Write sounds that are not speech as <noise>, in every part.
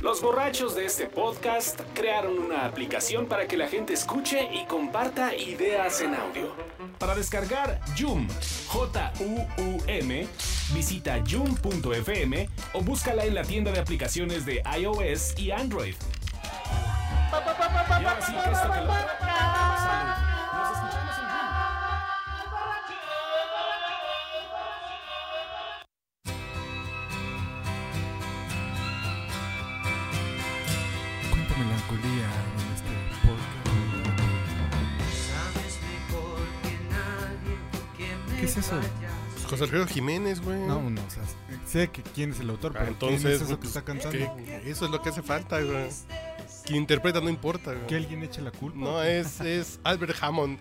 Los borrachos de este podcast crearon una aplicación para que la gente escuche y comparta ideas en audio. Para descargar Joom, J-U-U-M, visita joom.fm o búscala en la tienda de aplicaciones de iOS y Android. Y ahora sí, resto que lo- Salud. Nos escuchamos en Joom. Cuánta melancolía en este podcast. Sabes mejor que nadie que me ¿Qué es eso? vayas. José Alfredo Jiménez, güey. No, no, o sea, sé que quién es el autor, Ah, pero entonces, ¿quién es eso pues, que está pues, cantando? que- que eso es lo que hace falta, güey. Quien interpreta no importa, güey. ¿Que alguien eche la culpa? No, es, es Albert Hammond.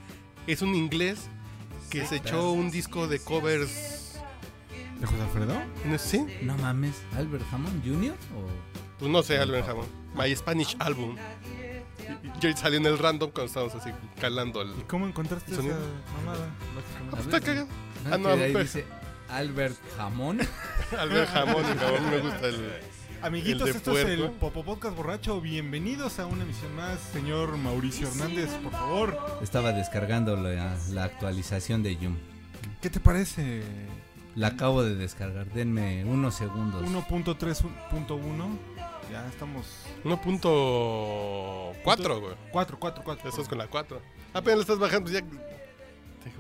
Es un inglés que se echó un disco de covers. ¿De José Alfredo? ¿No sí? No mames, Albert Hammond Jr. o Pues no sé, Albert Hammond. My Spanish Album. Y- y Yo salí en el random cuando estábamos así calando el. ¿Y cómo encontraste ¿El esa sonido? mamada? Ah, pues Lógicamente. está cagado. Ah, no, que de ahí pero- dice Albert Hammond. Albert Hammond, güey, a mí me gusta el. Amiguitos, el de esto es el puerco. Popo Podcast Borracho. Bienvenidos a una emisión más, señor Mauricio Hernández, por favor. Estaba descargando la, la actualización de Yum. ¿Qué te parece? La acabo de descargar, denme unos segundos. 1.3.1. Ya estamos. 1.4, güey. 4, 4, 4. Eso es con la 4. Apenas lo estás bajando, pues ya.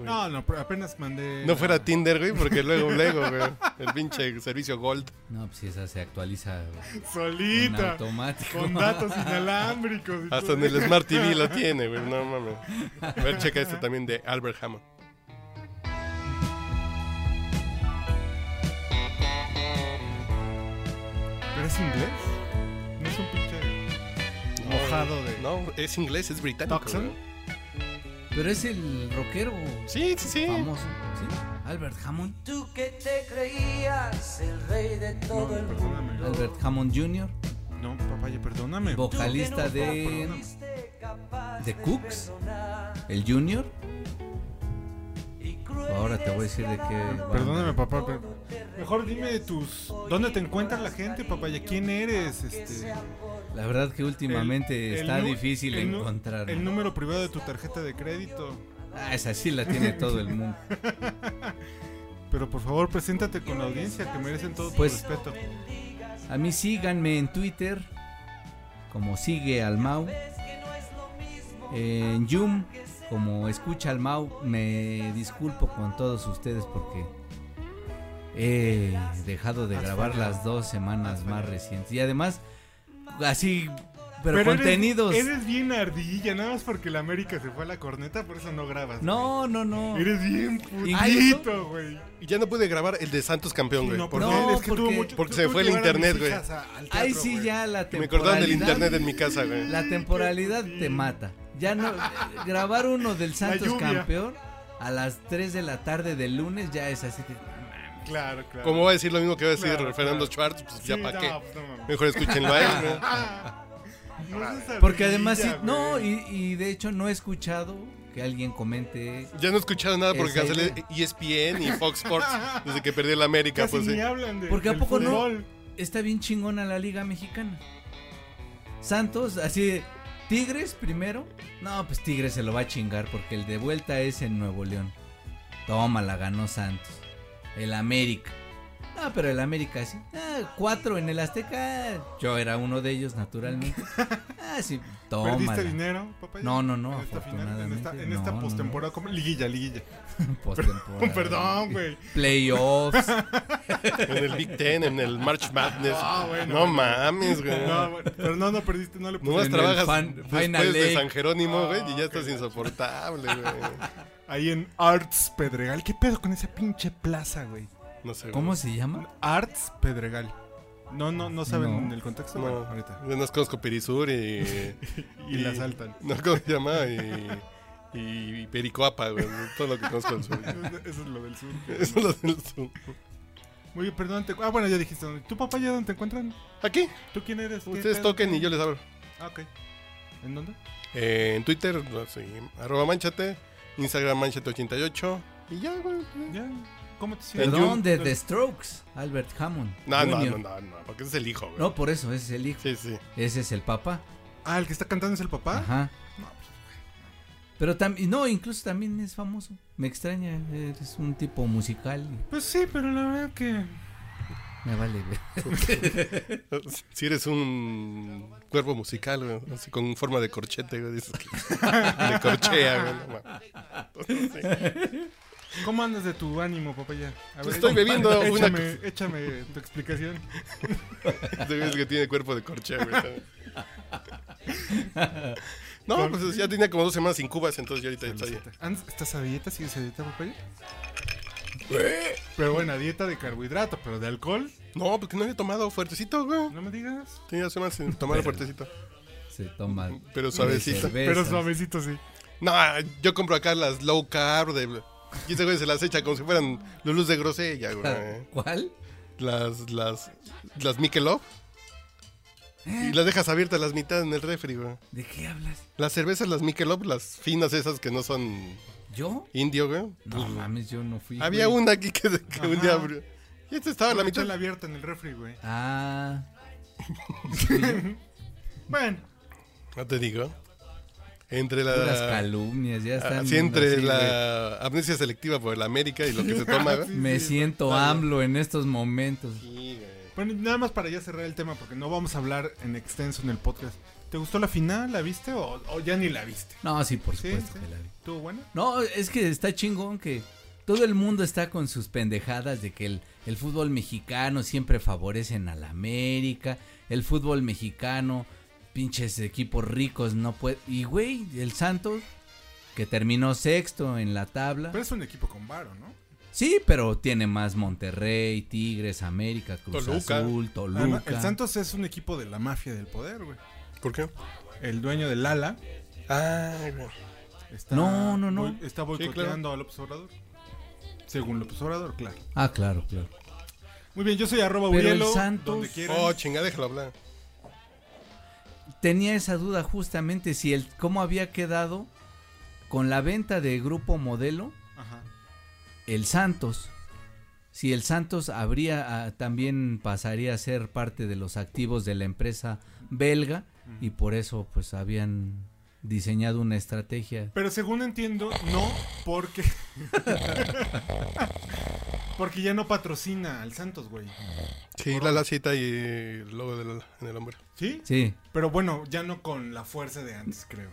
No, no, pero apenas mandé. No fuera Tinder, güey, porque luego, luego, güey. El pinche servicio Gold. No, pues si esa se actualiza en Solita. automático. Con datos inalámbricos. y Hasta todo. en el Smart TV lo tiene, güey. No mames. A ver, checa este también de Albert Hammond. ¿Pero es inglés? No es un pinche. Mojado de- No, es inglés, es británico. ¿Toxon? güey. Pero es el rockero Sí, sí, sí. famoso, ¿sí? Albert Hammond. Tú que te creías el rey de todo No, el perdóname. mundo. Albert Hammond Jr., No, papaya, perdóname. Tú que vocalista nunca de fuiste capaz de Cooks. perdonar El Junior. y cruel Ahora te voy a decir de qué. banda. Perdóname, papá, pero. Mejor dime de tus. ¿Dónde te encuentra la gente, papaya? ¿Quién eres? Este. La verdad que últimamente el- el está nu- difícil el nu- encontrarme. El número privado de tu tarjeta de crédito. Ah, esa sí la tiene todo el mundo. Pero por favor, preséntate con la audiencia que merecen todo Pues- tu respeto. A mí síganme en Twitter como sigue al Mau. En Yum como escucha al Mau. Me disculpo con todos ustedes porque he dejado de Has grabar fallado. las dos Has semanas más fallado. recientes. Y además, así, pero, eres- contenidos. Eres, bien ardilla, nada más porque la América se fue a la corneta, por eso no grabas. No, no, no. güey. Eres bien Ay, putito, güey. Y ya no pude grabar el de Santos Campeón, güey. No, porque porque- No, es que tuvo porque- mucho- porque tuve se fue que el llevar a mis internet, güey. hijas a- al Ahí teatro, sí güey. ya la me acordaron del temporalidad- internet en mi casa, güey. La temporalidad te mata. <laughs> Ya no grabar uno del Santos lluvia. campeón a las 3 de la tarde del lunes ya es así que Claro, claro. Como va a decir lo mismo que va a decir Claro, Fernando claro. Schwartz, pues ya Sí, para no, qué. pues, no mames. Ah. Mejor escúchenlo a él, güey. <laughs> No seas porque además sí, ardilla, güey. no y, y de hecho no he escuchado que alguien comente Ya no he escuchado nada porque Esa cancelé E ESPN y Fox Sports desde que perdió la América, Casi pues ni sí. hablan de Porque ¿a del poco no? fútbol. está bien chingona la liga mexicana. Santos así de, Tigres primero. No, pues Tigres se lo va a chingar porque el de vuelta es en Nuevo León. Toma, la ganó Santos. El América. Ah, pero el América sí. Ah, cuatro en el Azteca. Yo era uno de ellos, naturalmente. Ah, sí, toma. ¿Perdiste <laughs> dinero, papá? No, no, no, En esta, final, en esta, afortunadamente, en esta no, no, postemporada, como- liguilla, liguilla. <laughs> Perdón, <laughs> güey. Playoffs. En el Big Ten, en el March Madness. Ah, bueno. no mames, güey. No, güey, pero no, no perdiste, no le Nomás En pusiste. el trabajas fan- después Final de Eight. San Jerónimo, Ah, güey, y ya ok. estás insoportable, güey. Ahí en Arts Pedregal. ¿Qué pedo con esa pinche plaza, güey? No sé. güey. ¿Cómo se llama? Arts Pedregal. No, no, no saben No. el contexto. No, Bueno, ahorita. yo nos conozco Perisur y... <laughs> Y, la saltan. <laughs> No, ¿cómo se llama? Y, y Pericoapa, güey. Todo lo que conozco del sur. <laughs> <laughs> Eso es lo del sur. Eso es lo del sur. Muy bien, perdón. Te... Ah, bueno, ya dijiste. ¿dónde- ¿Tu papá ya dónde te encuentran? Aquí, ¿Tú quién eres? ¿Qué ustedes pedo? toquen y yo les hablo. Ah, ok. ¿En dónde? Eh, en Twitter, no sé, arroba manchate, Instagram manchate88 y ya, güey. Ya. ¿Cómo te sientes? Perdón, de The Strokes, Albert Hammond. No, no, Jr.. no, no, no, porque ese es el hijo, güey. No, por eso, ese es el hijo. Sí, sí. Ese es el papá. Ah, el que está cantando es el papá. Ajá. No, pues, Pero también, no, incluso también es famoso. Me extraña, es un tipo musical. pues sí, pero la verdad que. Me vale. ver. <laughs> Si eres un cuervo musical, güey, así con forma de corchete, güey, dices que de corchea, güey. no mames. ¿Cómo andas de tu ánimo, papaya? A Pues estoy bebiendo una- Échame, échame tu explicación. Este güey es que tiene cuerpo de corchea, güey. No, pues ya tenía como dos semanas sin cubas, entonces yo ahorita estoy. Andas- ¿Estás a dieta? ¿Sigues a dieta, papaya? ¿Eh? Pero bueno, a dieta de carbohidrato, pero de alcohol, No, porque no había tomado fuertecito, güey. no me digas. Tenía dos semanas sin tomar fuertecito. Se toma. Pero suavecito. Pero suavecito, sí. No, yo compro acá las low carb de. Y ese güey se las echa como si fueran lulus de grosella, güey. ¿Cuál? Las, las, las Michelob. Y las dejas abiertas las mitad en el refri, güey. ¿De qué hablas? Las cervezas, las Michelob, las finas esas que no son ¿Yo? indio, güey. No mames, yo no fui. Había güey. una aquí que, que un día abrió. Y esta estaba a Ah, la mitad. la abierta en el refri, güey. Ah, Bueno, No te digo. Entre puras la. calumnias, ya están. Ah, Así entre así, güey. Ah, la amnesia selectiva por el América y lo <laughs> que se toma, güey. Me siento AMLO en estos momentos. Sí, güey. bueno, nada más para ya cerrar el tema, porque no vamos a hablar en extenso en el podcast. ¿Te gustó la final? ¿La viste o, o ya ni la viste? No, sí, por Sí, supuesto sí. que la vi. ¿Estuvo buena? No, es que está chingón que todo el mundo está con sus pendejadas de que el, el fútbol mexicano siempre favorecen a la América, el fútbol mexicano, pinches equipos ricos, no puede... Y güey, el Santos, que terminó sexto en la tabla. Pero es un equipo con varo, ¿no? Sí, pero tiene más Monterrey, Tigres, América, Cruz Toluca. Azul, Toluca. Además, el Santos es un equipo de la mafia del poder, güey. ¿Por qué? El dueño del ala Ah, güey. está, No, no, no. boi- está boicoteando claro. a López Obrador. Según López Obrador, claro. Ah, claro, claro. Muy bien, yo soy arroba Pero el Urielo, Santos- donde quieran. Oh, chinga, déjalo hablar. Tenía esa duda justamente si el cómo había quedado con la venta de Grupo Modelo Ajá. el Santos. Si el Santos habría ah, también pasaría a ser parte de los activos de la empresa belga y por eso pues habían diseñado una estrategia. Pero según entiendo, no, porque. <laughs> porque ya no patrocina al Santos, güey. Sí, Oh. la lacita y el logo del ala en el hombro. ¿Sí? Sí, Pero bueno, ya no con la fuerza de antes, creo.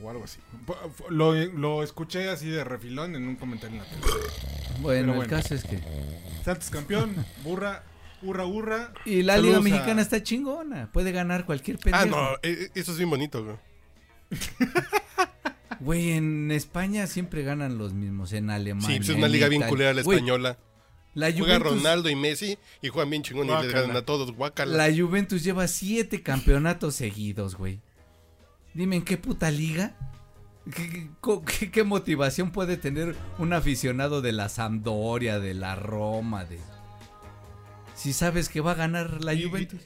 O, o algo así. P- Lo, lo escuché así de refilón en un comentario en la tele. bueno, bueno. el caso es que Santos campeón, burra, hurra, hurra. y la Saludos a- liga mexicana está chingona, puede ganar cualquier Ah, pendejo. no, eh, eso es bien bonito, güey. Güey, en España siempre ganan los mismos, en Alemania. Sí, pues es una liga en bien Italia. culera la Güey, española. La Juega Juventus- Ronaldo y Messi y juegan bien chingón y les Guácala. ganan a todos. Guácala. La Juventus lleva siete campeonatos seguidos, güey. Dime, ¿en qué puta liga? ¿Qué- ¿Qué, co- qué- qué motivación puede tener un aficionado de la Sampdoria, de la Roma, de... Si sabes que va a ganar la Y- Juventus.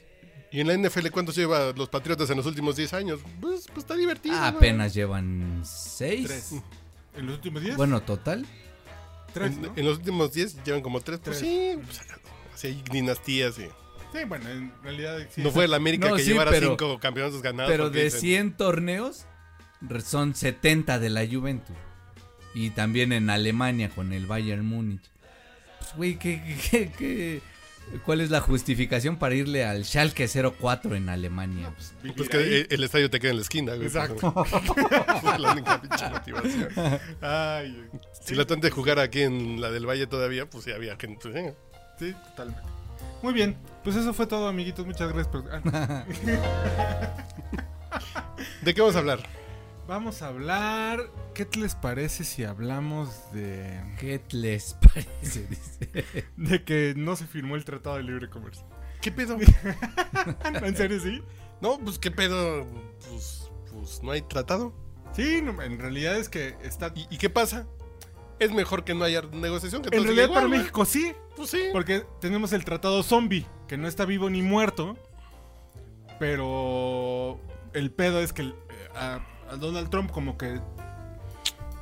¿Y en la NFL cuántos lleva los Patriotas en los últimos 10 años? Pues, pues está divertido. Ah, güey. apenas llevan seis. Tres. En los últimos días, Bueno, total. tres, en, ¿no? en los últimos 10 llevan como 3. Pues Tres. sí, pues, así hay dinastías. sí. Sí, bueno, en realidad sí. no fue el América No, que sí, llevara pero- 5 campeonatos ganados. Pero porque de dicen, 100 torneos, re- son 70 de la Juventus. Y también en Alemania con el Bayern Múnich. Pues, güey, ¿qué, qué- qué- qué- cuál es la justificación para irle al Schalke 04 en Alemania? vivir Pues que ahí. el, el estadio te queda en la esquina, güey. pues, Exacto. <laughs> Es la única pinche motivación. <laughs> Ay, Si la tante jugar aquí en la del Valle todavía, pues sí había gente. ¿eh? sí, totalmente. Muy bien, pues eso fue todo, amiguitos. Muchas gracias. por- ah, ¿De qué vamos a hablar? Vamos a hablar. ¿Qué te les parece si hablamos de. ¿Qué les <laughs> parece? Dice. de que no se firmó el Tratado de Libre Comercio? ¿Qué pedo? <laughs> ¿En serio sí? No, pues qué pedo. Pues, pues no hay tratado. Sí, no, en realidad es que está. ¿Y, y qué pasa? Es mejor que no haya negociación. Que todo En siga realidad igual, para güey. México sí, Pues sí. porque tenemos el Tratado Zombie, que no está vivo ni muerto. Pero el pedo es que el- eh, a, a Donald Trump como que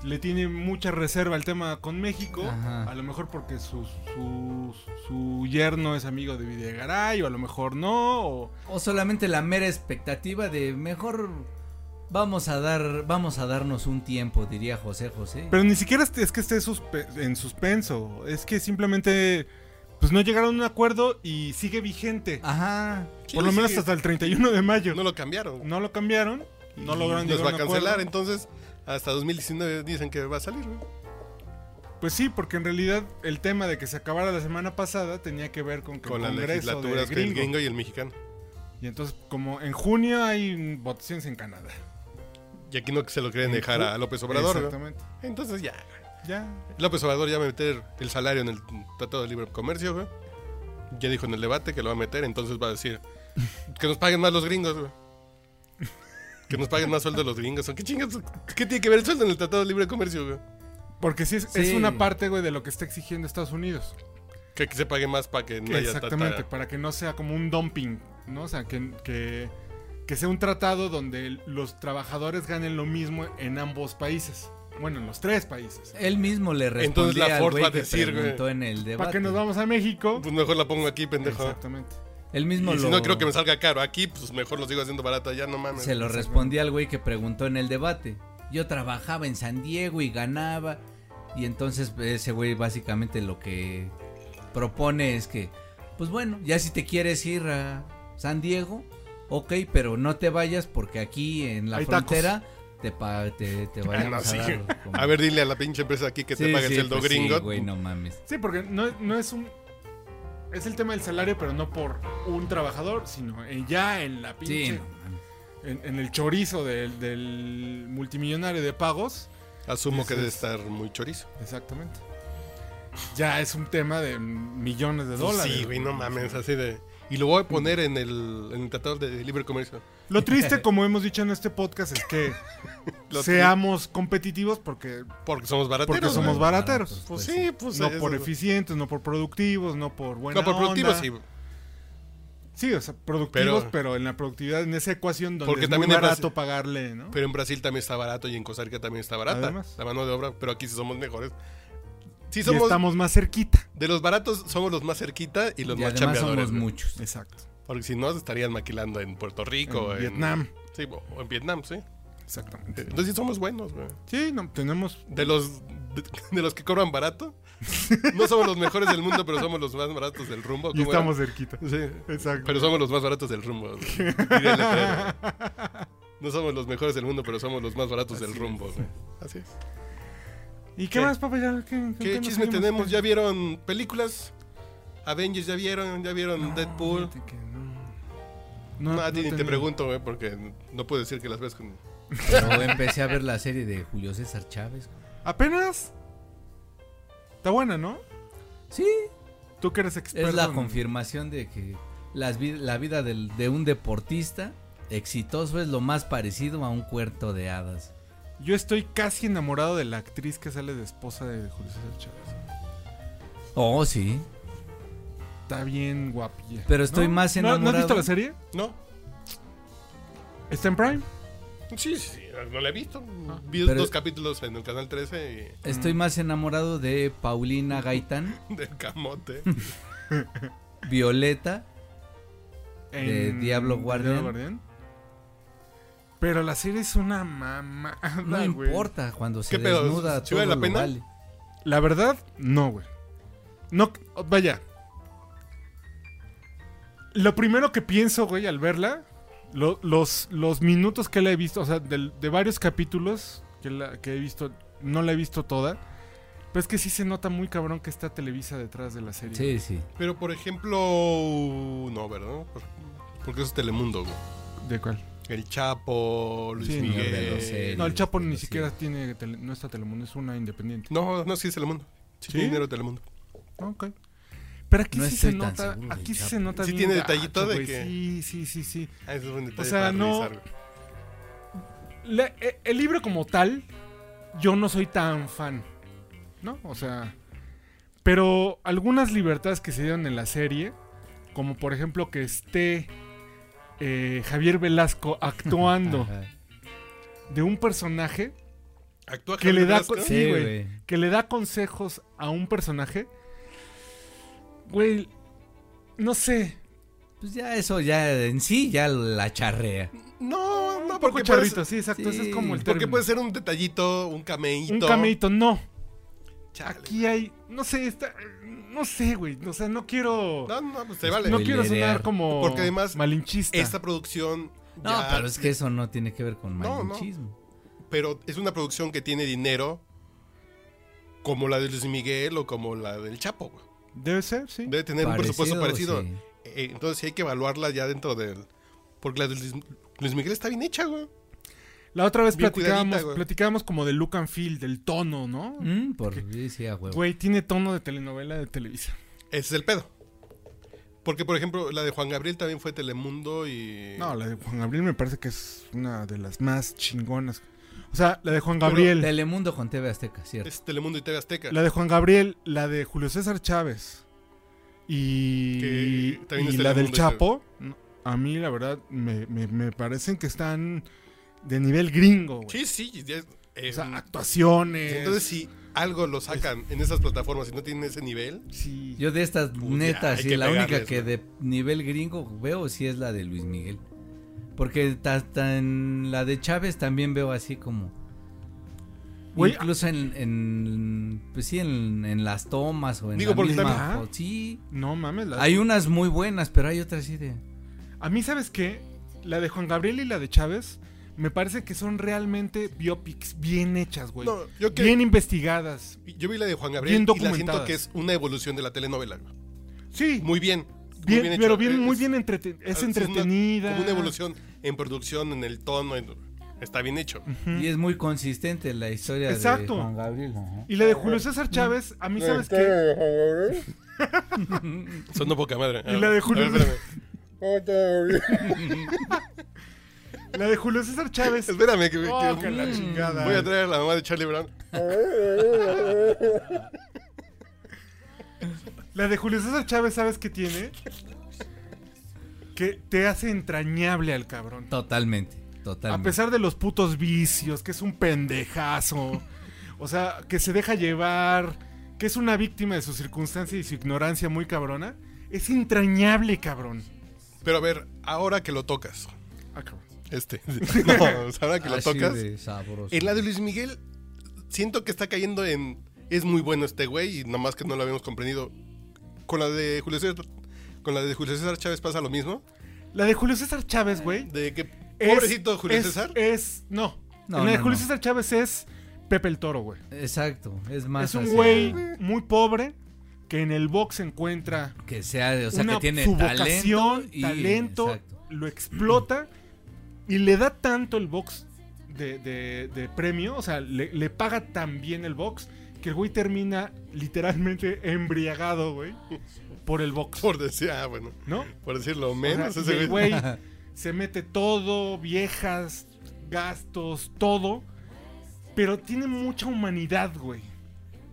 le tiene mucha reserva el tema con México. Ajá. A lo mejor porque su, su, su yerno es amigo de Videgaray, o a lo mejor no. o- O solamente la mera expectativa de mejor vamos a dar, vamos a darnos un tiempo, diría José José. Pero ni siquiera este- es que esté suspe- en suspenso. Es que simplemente pues no llegaron a un acuerdo y sigue vigente. Ajá. Ah, Sí, por lo menos sí. hasta el 31 de mayo. No No lo, lo cambiaron. cambiaron. No Y lograron Los llegar va a a un cancelar, acuerdo. entonces hasta 2019 dicen que va a salir, güey. Pues sí, porque en realidad el tema de que se acabara la semana pasada tenía que ver con que Con el las Congreso legislaturas de que el gringo. gringo y el mexicano. Y entonces, como en junio hay votaciones en Canadá. Y aquí no se lo quieren dejar a López Obrador. güey. Exactamente. Entonces ya. Ya. López Obrador ya va a meter el salario en el Tratado de Libre Comercio, güey. Ya dijo en el debate que lo va a meter, entonces va a decir que nos paguen más los gringos, güey. Que nos paguen más sueldo los gringos. ¿Qué chingas? ¿Qué tiene que ver el sueldo en el Tratado de Libre Comercio, güey? Porque sí es, Sí. es una parte, güey, de lo que está exigiendo Estados Unidos. Que, que se pague más para que no haya Exactamente, tanta... para que no sea como un dumping, ¿no? O sea, que, que, que sea un tratado donde los trabajadores ganen lo mismo en ambos países. Bueno, en los tres países. Él mismo le respondió Entonces la al Ford güey va a que decir, güey, preguntó en el debate. ¿Para qué nos vamos a México? Pues mejor la pongo aquí, pendejo. Exactamente. Él Y mismo si lo- no creo que me salga caro aquí, pues mejor lo sigo haciendo barato allá, no mames. se lo respondía al güey que preguntó en el debate. Yo trabajaba en San Diego y ganaba. Y entonces ese güey básicamente lo que propone es que, pues bueno, ya si te quieres ir a San Diego, ok, pero no te vayas porque aquí en la Hay tacos. frontera te, pa- te, <laughs> te Ah, vayamos no, a sí. dar como- A ver, dile a la pinche empresa aquí que te Sí, pague el sí, sueldo pues sí, gringo. güey, no mames. Sí, porque no, no es un... Es el tema del salario, pero no por un trabajador, sino en- ya en la pinche... Sí, no mames. en, en el chorizo del, del multimillonario de pagos. Asumo que debe estar muy chorizo. Exactamente. Ya es un tema de millones de dólares. Sí, güey, no mames, así de... Y lo voy a poner en el, en el Tratado de Libre Comercio. Lo <laughs> triste, como hemos dicho en este podcast, es <laughs> que Lo seamos competitivos porque, Porque somos barateros. porque somos güey. barateros. Baratos, Pues sí, pues... no eso, por güey. eficientes, no por productivos, no por buena No, por productivos onda. sí. Sí, o sea, productivos, pero, Pero- en la productividad, en esa ecuación donde Porque es también muy en Brasil- barato pagarle, ¿no? Pero en Brasil también está barato y en Costa Rica también está barata. Además. La mano de obra, pero aquí sí somos mejores. Sí Y somos... estamos más cerquita. De los baratos somos los más cerquita y los Y más además chambeadores. somos güey. <laughs> muchos. Exacto. Porque si no, se estarían maquilando en Puerto Rico. En Vietnam. Sí, o en Vietnam, sí. Exactamente. Entonces sí somos buenos, güey. Sí, no, tenemos De los, de, de los que cobran barato. <laughs> No somos los mejores del mundo, pero somos los más baratos del rumbo. Y ¿cómo era? estamos cerquita. Sí. Exacto. Pero somos los más baratos del rumbo. <laughs> güey. Diría el letrero, güey. No somos los mejores del mundo, pero somos los más baratos del rumbo. güey. Así es. ¿Y qué, ¿Qué? más, papá? ¿Ya? ¿Qué, ¿Qué nos chisme seguimos? tenemos? ¿Ya vieron películas? Avengers ya vieron, ya vieron No, Deadpool. fíjate que no. No, a ti ni te tenía. pregunto, güey, porque no puedo decir que las ves con... Pero empecé a ver la serie de Julio César Chávez. güey. ¿Apenas? Está buena, ¿no? Sí, Tú que eres experto. Es la en- confirmación de que las vid- la vida del- de un deportista exitoso es lo más parecido a un cuerto de hadas. Yo estoy casi enamorado de la actriz que sale de esposa de Julio César Chávez. Oh, sí. Está bien guapilla. Pero estoy ¿No? más ¿No- ¿No, has enamorado- visto la serie? No, ¿Está en Prime? Sí, sí, sí, no la he visto. Ah. Vi Pero- dos capítulos en el canal 13 Estoy más enamorado de Paulina Gaitán, y <laughs> del camote. Violeta. En De Diablo Guardian. Pero la serie es una mamá. No importa, cuando se ¿Qué pedo? desnuda ¿Sí todo vale la lo pena? vale. La verdad, no, güey. No, vaya. Lo primero que pienso, güey, al verla, lo- los, los minutos que la he visto, o sea, del- de, varios capítulos que, la, que he visto, no la he visto toda, pero es que sí se nota muy cabrón que está Televisa detrás de la serie. Sí, sí. Pero por ejemplo, no, ¿verdad? Por- Porque eso es Telemundo, güey. ¿De cuál? El Chapo, Luis Sí, no, de los Miguel. series. No, el Chapo ni sí. siquiera tiene, tele- no está Telemundo, es una independiente. No, no, sí es Telemundo. Sí, ¿Sí? tiene dinero Telemundo. Ah, Ok. Pero aquí No sí se estoy tan nota, seguro del aquí sí se Chapo. nota Sí bien tiene gacho, detallito de güey, que- Sí, sí, sí, sí. Ah, eso es un detalle sea, para no- revisar, güey. La- e- el libro como tal, yo no soy tan fan, ¿no? O sea, pero algunas libertades que se dieron en la serie, como por ejemplo que esté <laughs> eh, Javier Velasco actuando Ajá. de un personaje Actúa que le Javier da Velasco. co- Sí, sí, güey, güey. que le da consejos a un personaje güey no sé Pues ya eso, ya en sí, ya la charrea. No, no, un poco porque charrito puede ser- sí exacto ese sí, es como el Porque pues, término puede ser un detallito, un cameíto. un cameito no Chale. aquí hay no sé está no sé güey o sea no quiero No, no, pues se vale. no quiero Spoilerear. sonar como Porque además, malinchista Esta producción. No, ya- pero es que eso no tiene que ver con No, no. malinchismo. pero es una producción que tiene dinero. Como la de Luis Miguel o como la del Chapo. güey. debe ser sí Debe tener un presupuesto Parecido, parecido. Eh, entonces sí hay que evaluarla ya dentro del. Porque la de Luis, Luis Miguel está bien hecha, güey. la otra vez Bien platicábamos cuidadita, güey. platicábamos como del look and feel del tono no Mm, por sí, a huevo. güey tiene tono de telenovela de Televisa Ese es el pedo. Porque, por ejemplo, la de Juan Gabriel también fue Telemundo y. No, la de Juan Gabriel me parece que es una de las más chingonas. O sea, la de Juan Pero- Gabriel, Telemundo con TV Azteca, ¿cierto? Es Telemundo y TV Azteca. la de Juan Gabriel, la de Julio César Chávez y, Que también y es la del Telemundo, ese. Chapo, no, a mí la verdad me, me- me parecen que están de nivel gringo, güey. Sí, sí. ya es- O eh, sea, actuaciones. entonces, si algo lo sacan en esas plataformas y no tienen ese nivel, sí. Yo de estas Pues ya, netas, hay sí, que la única pegarles, que ¿no? de nivel gringo veo sí es la de Luis Miguel. Porque ta- ta- en la de Chávez también veo así como... Güey, incluso en, en- Pues sí, en, en las tomas o en Digo, la porque misma también- fo- Sí, No mames, la- hay unas muy buenas, pero hay otras sí de... a mí sabes qué, la de Juan Gabriel y la de Chávez me parece que son realmente biopics bien hechas, güey. No, yo que- Bien investigadas. pues, yo vi la de Juan Gabriel Bien y la siento documentadas. que es una evolución de la telenovela. güey. Sí. Muy bien. muy Bien, hecho. pero bien, Es- muy bien entreten- es una- entretenida. como una evolución en producción, en el tono. en- está bien <laughs> hecho. Y es muy consistente la historia Exacto. de Juan Gabriel. ajá. Y la Ah, de Julio César Chávez, a mí sabes qué, Sonó poca madre. Y la de Julio- A ver, espérame. la de Julio César Chávez. Espérame, que, que- Oh, que la chingada. voy a traer a la mamá de Charlie Brown. La de Julio César Chávez, ¿sabes qué tiene? Que te hace entrañable al cabrón. Totalmente, A totalmente. pesar de los putos vicios, que es un pendejazo. O sea, que se deja llevar, que es una víctima de su circunstancia y su ignorancia muy cabrona. Es entrañable, cabrón. Pero a ver, ahora que lo tocas. Ah, cabrón. Este. <laughs> No, o sea, ahora que lo Así tocas. de sabroso. En la de Luis Miguel, siento que está cayendo en. Es muy bueno este güey y nada más que no lo habíamos comprendido. Con la de Julio César, con la de Julio César Chávez pasa lo mismo. La de Julio César Chávez, güey. De que es- pobrecito Julio es- César. Es. No. No, En la de no, Julio no. César Chávez es Pepe el Toro, güey. Exacto, es más... Es un hacia- güey muy pobre que en el box encuentra Que sea, o sea, una, que tiene su talento. vocación, y- talento, Exacto. lo explota y le da tanto el box de, de- de premio, o sea, le, le paga tan bien el box que el güey termina literalmente <laughs> embriagado, güey, por el box, Por decir, ah, bueno. ¿no? Por decirlo O sea, menos, y ese el güey. güey se mete todo, viejas, gastos, todo, pero tiene mucha humanidad, güey.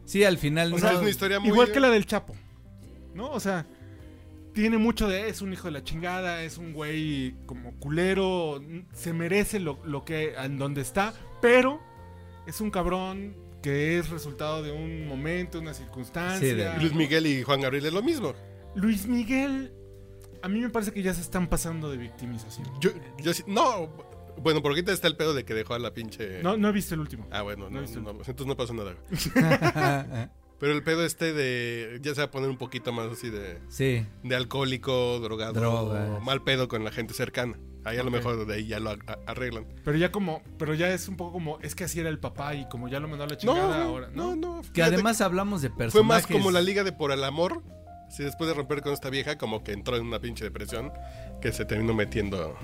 Sí, al final <laughs> O sea, no- es una historia muy. Igual que la del Chapo, ¿no? O sea, tiene mucho de. Es un hijo de la chingada, es un güey como culero, n- se merece lo, lo que. en donde está, pero es un cabrón que es resultado de un momento, una circunstancia. Sí, de- Luis Miguel y Juan Gabriel es lo mismo. Luis Miguel, a mí me parece que ya se están pasando de victimización. Yo, yo sí- no. Bueno, porque ahorita está el pedo de que dejó a la pinche. No, no he visto el último. Ah, bueno, No no, he visto el- no, pues, entonces no pasó nada. güey. Pero el pedo este de. Ya se va a poner un poquito más así de. <laughs> Sí, De alcohólico, drogado, Drogas. mal pedo con la gente cercana. Ahí a lo mejor de ahí ya lo a- a- arreglan. Pero ya como, pero ya es un poco como, es que así era el papá y como ya lo mandó a la No, chingada ahora, no, no. ¿no? fíjate que además hablamos de personajes. Fue más como la liga de por el amor. Si después de romper con esta vieja, como que entró en una pinche depresión que se terminó metiendo.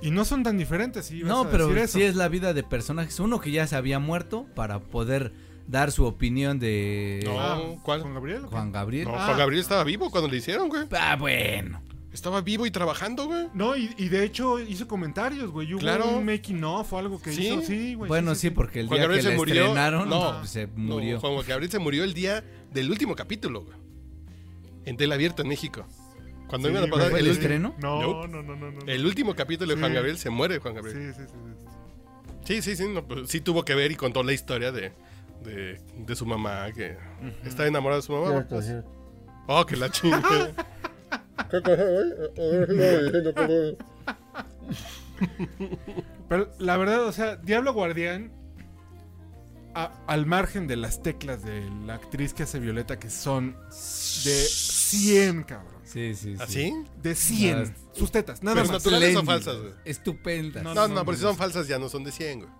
Y no son tan diferentes, sí, vas No, a pero decir eso. sí es la vida de personajes. Uno que ya se había muerto para poder dar su opinión de No. Ah, ¿cuál? ¿Juan Gabriel? o qué? Juan Gabriel. No, Juan Gabriel estaba vivo cuando le hicieron, güey. Ah, bueno. Estaba vivo y trabajando, güey. No, y, y de hecho hizo comentarios, güey. Hubo Claro. un making off o algo que Sí. hizo. Pues Sí, güey. Bueno, sí, porque el Juan día que Gabriel se le murió. estrenaron No, pues, se No, murió. Juan Gabriel se murió el día del último capítulo, güey. En tele abierta en México. Cuando Sí, iban a güey. pasar ¿Fue el, el ulti- estreno? No, Nope. no, no, no, no. no. el último capítulo de Juan Sí. Gabriel, se muere Juan Gabriel. Sí, sí, sí, sí. Sí, sí, sí. no, pues, sí tuvo que ver y contó la historia de, de, de su mamá que está enamorada de su mamá. Cierto, pues. cierto. Oh, que la chingada. ¿Qué cosa, güey? A ver, no, diciendo que no. Pero la verdad, o sea, Diablo Guardián, a- al margen de las teclas de la actriz que hace Violeta, que son de 100, cabrón. Sí, sí, sí. ¿Así? De 100. Ah, Sus tetas, nada ¿Pero más. ¿Ah, naturales o Espléndidas. falsas, güey? Estupendas. No, No, no, pero mames. si son falsas ya no son de 100, güey.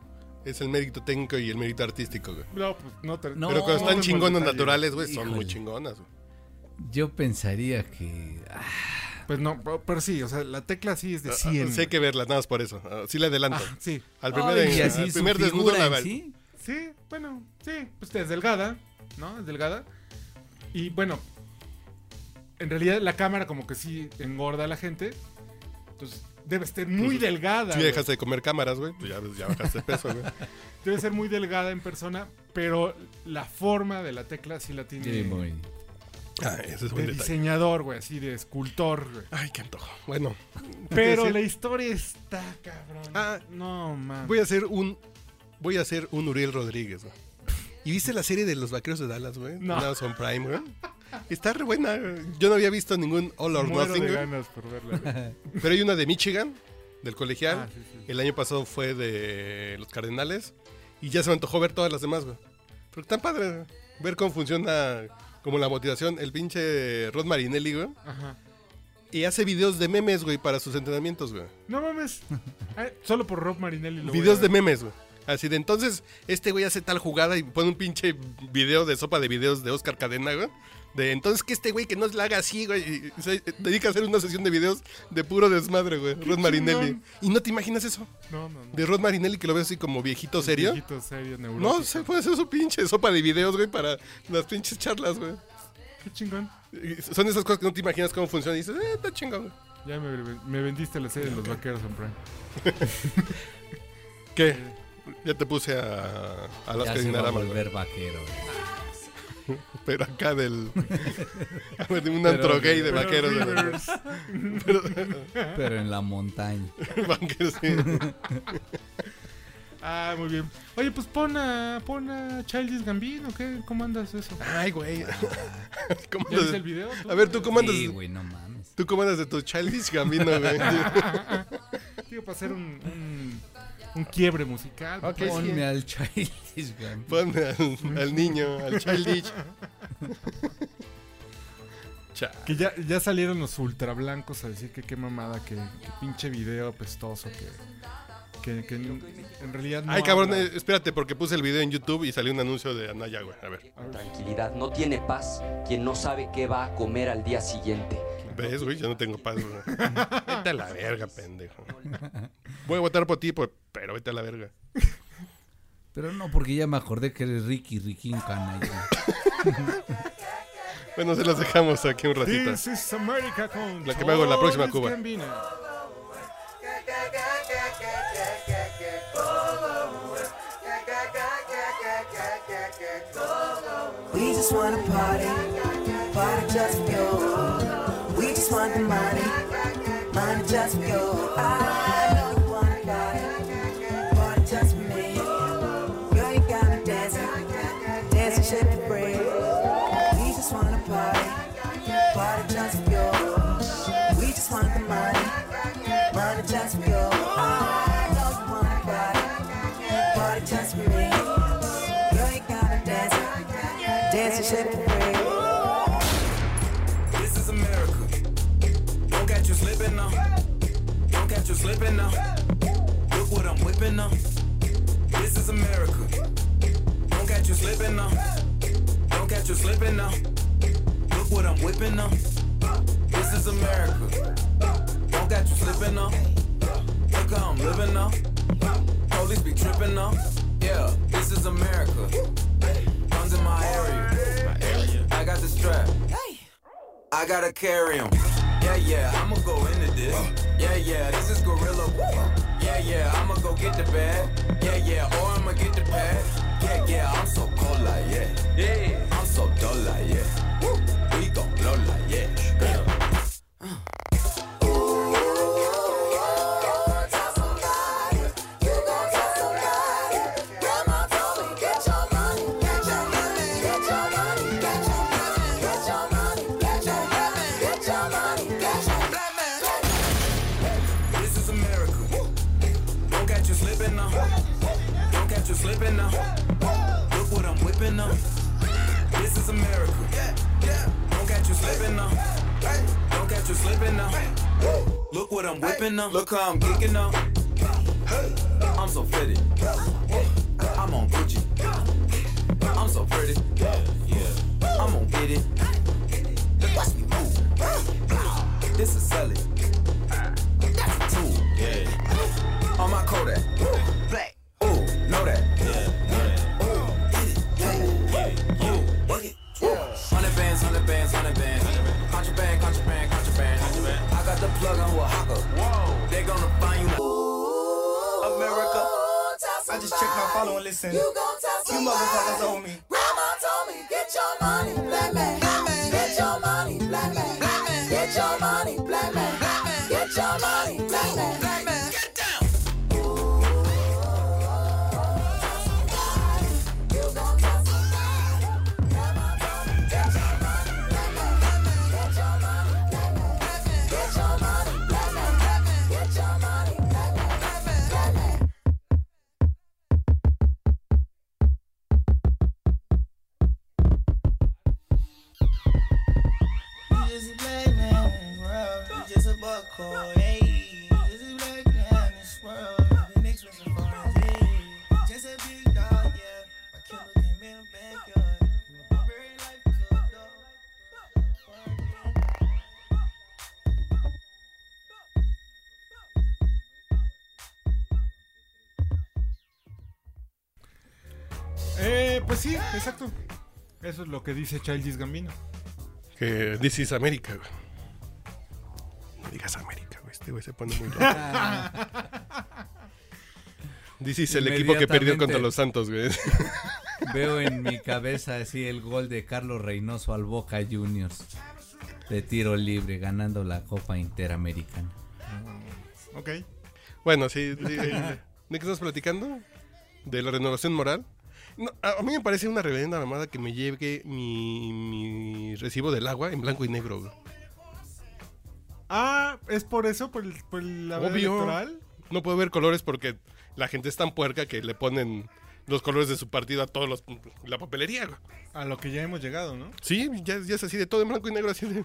Es el mérito técnico y el mérito artístico, güey. No, pues no te- No. Pero cuando no, están chingonas detalle. naturales, güey, son Híjole. muy chingonas, güey. Yo pensaría que. ah, Pues no, pero, pero sí, o sea, la tecla sí es de Ah, 100. Sí hay que verlas, nada más por eso. Ah, Sí le adelanto. Ah, sí. al primer, ay, y así al su primer desnudo figura la en val- sí. Sí, bueno, sí, pues es delgada, ¿no? Es delgada. Y bueno, en realidad la cámara como que sí engorda a la gente. Entonces, debe estar muy Pues, delgada. Sí güey. dejaste de comer cámaras, güey. pues Ya, ya bajaste de peso, güey. Debe ser muy delgada en persona, pero la forma de la tecla sí la tiene Sí, muy. Ah, ese es de buen detalle. diseñador, güey, así de escultor, güey. Ay, qué antojo. Bueno, Pero decir? la historia está cabrón. Ah, no mames. voy a hacer un. Voy a hacer un Uriel Rodríguez, güey. ¿Y viste la serie de los vaqueros de Dallas, güey? No. No. son Prime, güey. Está re buena, güey. Yo no había visto ningún All or Muero Nothing, de güey. ganas por verla. güey. Pero hay una de Michigan, del colegial. Ah, sí, sí. El año pasado fue de los Cardenales. Y ya se me antojó ver todas las demás, güey. Pero tan padre, güey. Ver cómo funciona como la motivación. El pinche Rod Marinelli, güey. Ajá. Y hace videos de memes, güey, para sus entrenamientos, güey. No <laughs> mames. Ay, solo por Rob Marinelli. lo voy Videos a de ver. memes, güey. Así de entonces, este güey hace tal jugada y pone un pinche video de sopa de videos de Oscar Cadena, güey. De entonces que este güey que no la haga así, güey. y- y se dedica a hacer una sesión de videos de puro desmadre, güey. Rod Marinelli. chingón. Y no te imaginas eso. No, no, no. De Rod Marinelli que lo ves así como viejito serio. Viejito, serio, neurótico. No, se puede hacer su pinche sopa de videos, güey, para las pinches charlas, güey. Qué chingón. Y Son esas cosas que no te imaginas cómo funcionan y dices, eh, está chingón, güey. Ya me, me vendiste la serie de los vaqueros en Prime. ¿Qué? Ya te puse a, a las Ya se va a Dinarama, güey. volver vaquero. güey. Pero acá del. <laughs> A ver, de un antro Pero- gay de Pero vaqueros. de <laughs> verdad. Rivers, Pero en la montaña. Vaqueros, sí. Ah, muy bien. Oye, pues pon a, pon a Childish Gambino, ¿qué? ¿Cómo andas eso? Ay, güey. <laughs> ¿Cómo ¿Ya andas? viste el video? tú? A ver, ¿tú cómo andas? Sí, güey, no mames. ¿Tú cómo andas de tu childish gambino, güey? Digo, para hacer un, un, un quiebre musical. Ok, pues. Ponme al Childish Gambino. Ponme al, al niño, al childish. Cha. Que ya, ya salieron los ultra blancos a decir que qué mamada, que, que pinche video apestoso, que, que, que en, en realidad no Ay, cabrón, habla. eh, espérate, porque puse el video en YouTube y salió un anuncio de Anaya, güey. A ver, Tranquilidad, no tiene paz quien no sabe qué va a comer al día siguiente. ¿ves, güey? Yo no tengo paz, güey. Vete a la verga, pendejo. Voy a votar por ti, pues, pero vete a la verga. Pero no, porque ya me acordé que eres Ricky, Ricky canalla. Bueno, se los dejamos aquí un ratito. This is America con La que me hago la próxima Childish Cuba. Gambino. We just wanna party, party just for you. We just want the money, money just for you. I know you wanna party, party just for me. Girl, you got me dancing, dancing shit for free. We just wanna party, party just for you. We just want the money, money just for you. I know you wanna party, party just for me. Girl, you got me dancing, dancing shit for free. This is America. Don't catch you slipping now. Don't catch you slipping now. Look what I'm whipping now. This is America. Don't catch you slipping now. Don't catch you slipping now. Look what I'm whipping now. This is America. Don't catch you slipping now. Look how I'm living now. Police be tripping now. Yeah, this is America. Guns in my area. I got the strap. I gotta carry him. Yeah, yeah, I'ma go into this. Yeah, yeah, this is Gorilla. Yeah, yeah, I'ma go get the bag. Yeah, yeah, or I'ma get the pad. Yeah, yeah, I'm so cold like, yeah. Yeah, I'm so dull like, yeah. We gon' blow like, yeah. You gon' tell somebody, you gon' tell somebody. slipping now. Don't catch you slipping now. Look what I'm whipping up. This is America. Don't catch you slipping now. Don't catch you slipping now. Look what I'm whipping up. Look how I'm kicking up. I'm so fitted. I'm on Gucci. I'm so pretty. I'm gonna get it. Watch me move. This is selling. That's a tool. On my Kodak. Black. Ooh, know that. Ooh, get it. Ooh, work it. Hundred bands, hundred bands, hundred bands. Contraband, contraband, contraband. I got the plug on who a hawker. They gonna find you. America. I just checked my phone and listen. You gon' tell somebody. You motherfuckers owe me. Grandma told me, get your money, black man. Get your money, black man. Get your money, black man. Get your money, black man. Get down. You gon' tell somebody. Grandma told me, get your money, black man. Get your money, black man. Get your money, black man. Get your money, black man. Black man. You just a black man in this world. You just a buck hole, hey. Just a black man in this world. The next one's a foreign, hey. Just a big dog, yeah. My killer came in the backyard. My very life is a dog. One thing. Eh, pues sí, exacto. Eso es lo que dice Childish Gambino. Que this is América, güey. No digas América, güey. Este güey se pone muy loco. This is el equipo que perdió contra los Santos, güey. <laughs> Veo en mi cabeza así el gol de Carlos Reynoso al Boca Juniors de tiro libre ganando la Copa Interamericana. Ok. Bueno, sí. sí, ¿De qué estamos platicando? ¿De la renovación moral? No, a a mí me parece una reverenda mamada que me lleve mi, mi recibo del agua en blanco y negro, güey. Ah, ¿es por eso? ¿Por, el- por la veda Obvio. electoral? No puedo ver colores porque la gente es tan puerca que le ponen los colores de su partido a todos los la papelería. güey. A lo que ya hemos llegado, ¿no? Sí, ya, ya es así de todo en blanco y negro así de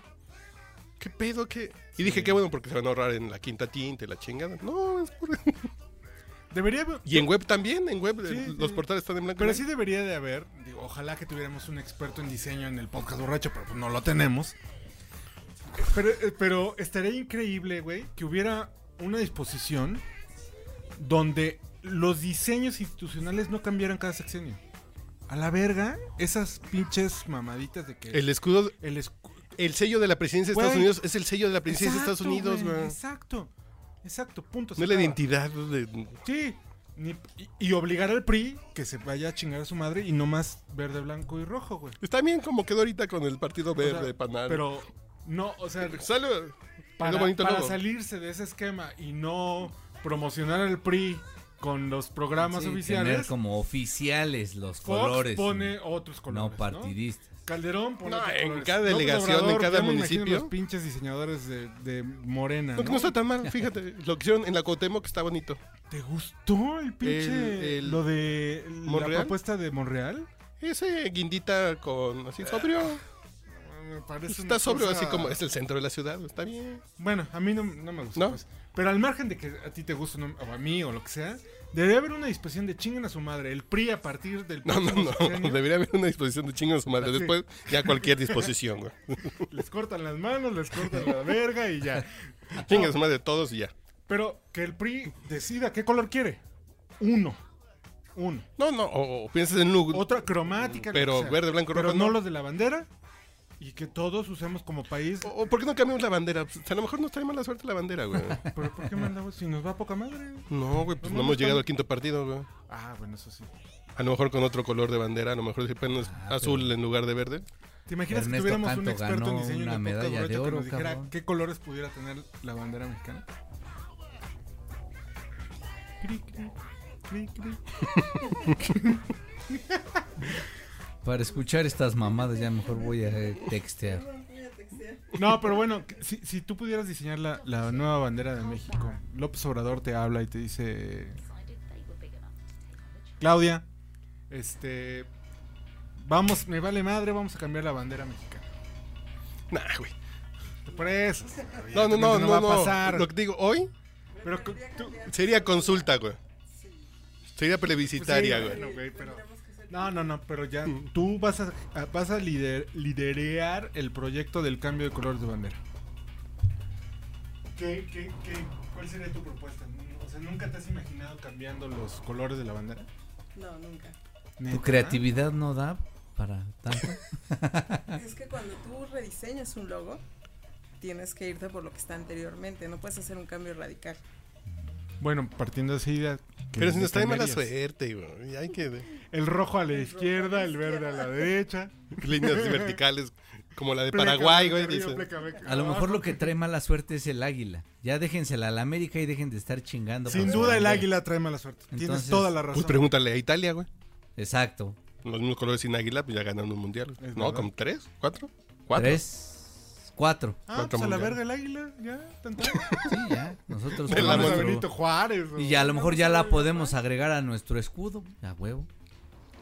¿Qué pedo qué? Y dije, qué bueno porque se van a ahorrar en la quinta tinta y la chingada. No, es por... Debería... Y en web también, en web Sí, eh, sí. los portales están en blanco y Pero sí negro. debería de haber, digo, ojalá que tuviéramos un experto en diseño en el podcast borracho, pero pues no lo tenemos. Pero, eh, pero estaría increíble, güey, que hubiera una disposición donde los diseños institucionales no cambiaran cada sexenio. A la verga, esas pinches mamaditas de que El escudo, el escu- el sello de la presidencia de Güey. Estados Unidos es el sello de la presidencia de Estados Exacto, Unidos, güey. Exacto, exacto, punto. No se es la acaba. identidad de... Sí. ni- y, y obligar al PRI que se vaya a chingar a su madre y no más verde, blanco y rojo, güey. Está bien como quedó ahorita con el partido O sea, verde, panal. Pero no, o sea, Sale... para, quedó bonito para luego. salirse de ese esquema y no promocionar al PRI con los programas Sí, Ah, tener oficiales, como oficiales los Fox colores. pone otros colores. no partidistas. Calderón pone No, otros en colores. cada López delegación, en Obrador, cada ya me imagino municipio. Pues Los pinches diseñadores de, de Morena. No, que ¿no? no está tan mal, fíjate. Lo que hicieron en la Cuauhtémoc está bonito. ¿Te gustó el pinche. el- lo de. La ¿Monreal? propuesta de Monreal? Ese guindita con así sobrio. Me parece Pues está una sobrio, cosa- así como es el centro de la ciudad. Está bien. Bueno, a mí no, no me gusta. ¿No? pues. Pero al margen de que a ti te guste no- o a mí o lo que sea, debería haber una disposición de chingan a su madre. El PRI a partir del No, no, próximo no. sexenio, Debería haber una disposición de chingos a su madre. Sí. Después, ya cualquier <laughs> disposición, güey. les cortan las manos, les cortan <laughs> la verga y ya. Chingas a su madre todos y ya. Pero que el PRI decida qué color quiere. Uno. Uno. No, no. O, o piensas en Lugo. Otra cromática. lo que Pero sea. verde, blanco, Pero rojo, no no. los de la bandera. Y que todos usemos como país. O, o ¿Por qué no cambiamos la bandera? Pues, a lo mejor nos trae mala suerte la bandera, <laughs> güey. ¿Pero por qué mandamos? Si nos va poca madre. No, güey, pues No, no, no hemos está- llegado al quinto partido, güey. Ah, bueno, eso sí. A lo mejor con otro color de bandera, a lo mejor si pones Ah, azul en lugar de verde. ¿Te imaginas Ernesto que tuviéramos un Canto experto en ganó diseño una en el podcast medalla de borracho oro, que nos dijera cabrón. qué colores pudiera tener la bandera mexicana? Cri, cri, cri, cri. Para escuchar estas mamadas ya mejor voy a eh, textear. No, pero bueno, que- si, si tú pudieras diseñar la, la nueva bandera de México, López Obrador te habla y te dice, Claudia, este, vamos, me vale madre, vamos a cambiar la bandera mexicana. Nah, güey. Por eso. No, no, no, no no, va a no. pasar. Lo que digo hoy Pero cu- tú- sería consulta, güey. Sería pues plebiscitaria, sí, güey. bueno, güey, Mm. pero- no, no, no, pero ya tú vas a, a- vas a lider- liderear el proyecto del cambio de colores de bandera. ¿Qué, qué, qué, ¿Cuál sería tu propuesta? O sea, ¿nunca te has imaginado cambiando los colores de la bandera? No, nunca. ¿Tu creatividad no da para tanto? Ah. Es que cuando tú rediseñas un logo, tienes que irte por lo que está anteriormente. No puedes hacer un cambio radical. Bueno, partiendo de esa idea. ¿qué Pero si nos trae mala cambiarías? suerte, güey. Hay que. El rojo a la El rojo a izquierda, la el verde a la derecha. <laughs> Líneas verticales como la de Paraguay, güey. Plécame, dice. plécame, plécame. Ah, A lo mejor lo que trae mala suerte es el águila. Ya déjensela a la América y dejen de estar chingando. Sin por su duda el bandera. águila trae mala suerte. Tienes Entonces, toda la Pues razón. pregúntale a Italia, güey. Exacto. Los mismos colores sin águila, pues ya ganaron un mundial. güey. Es No, verdad. con tres, cuatro. Cuatro. Tres, cuatro. ah, Otro pues a la mundial. verga el águila, ya. Tantito. <laughs> Sí, ya. Nosotros De la con Vamos a nuestro- Benito Juárez. o- Y ya a lo mejor ya la podemos agregar a nuestro escudo. A huevo.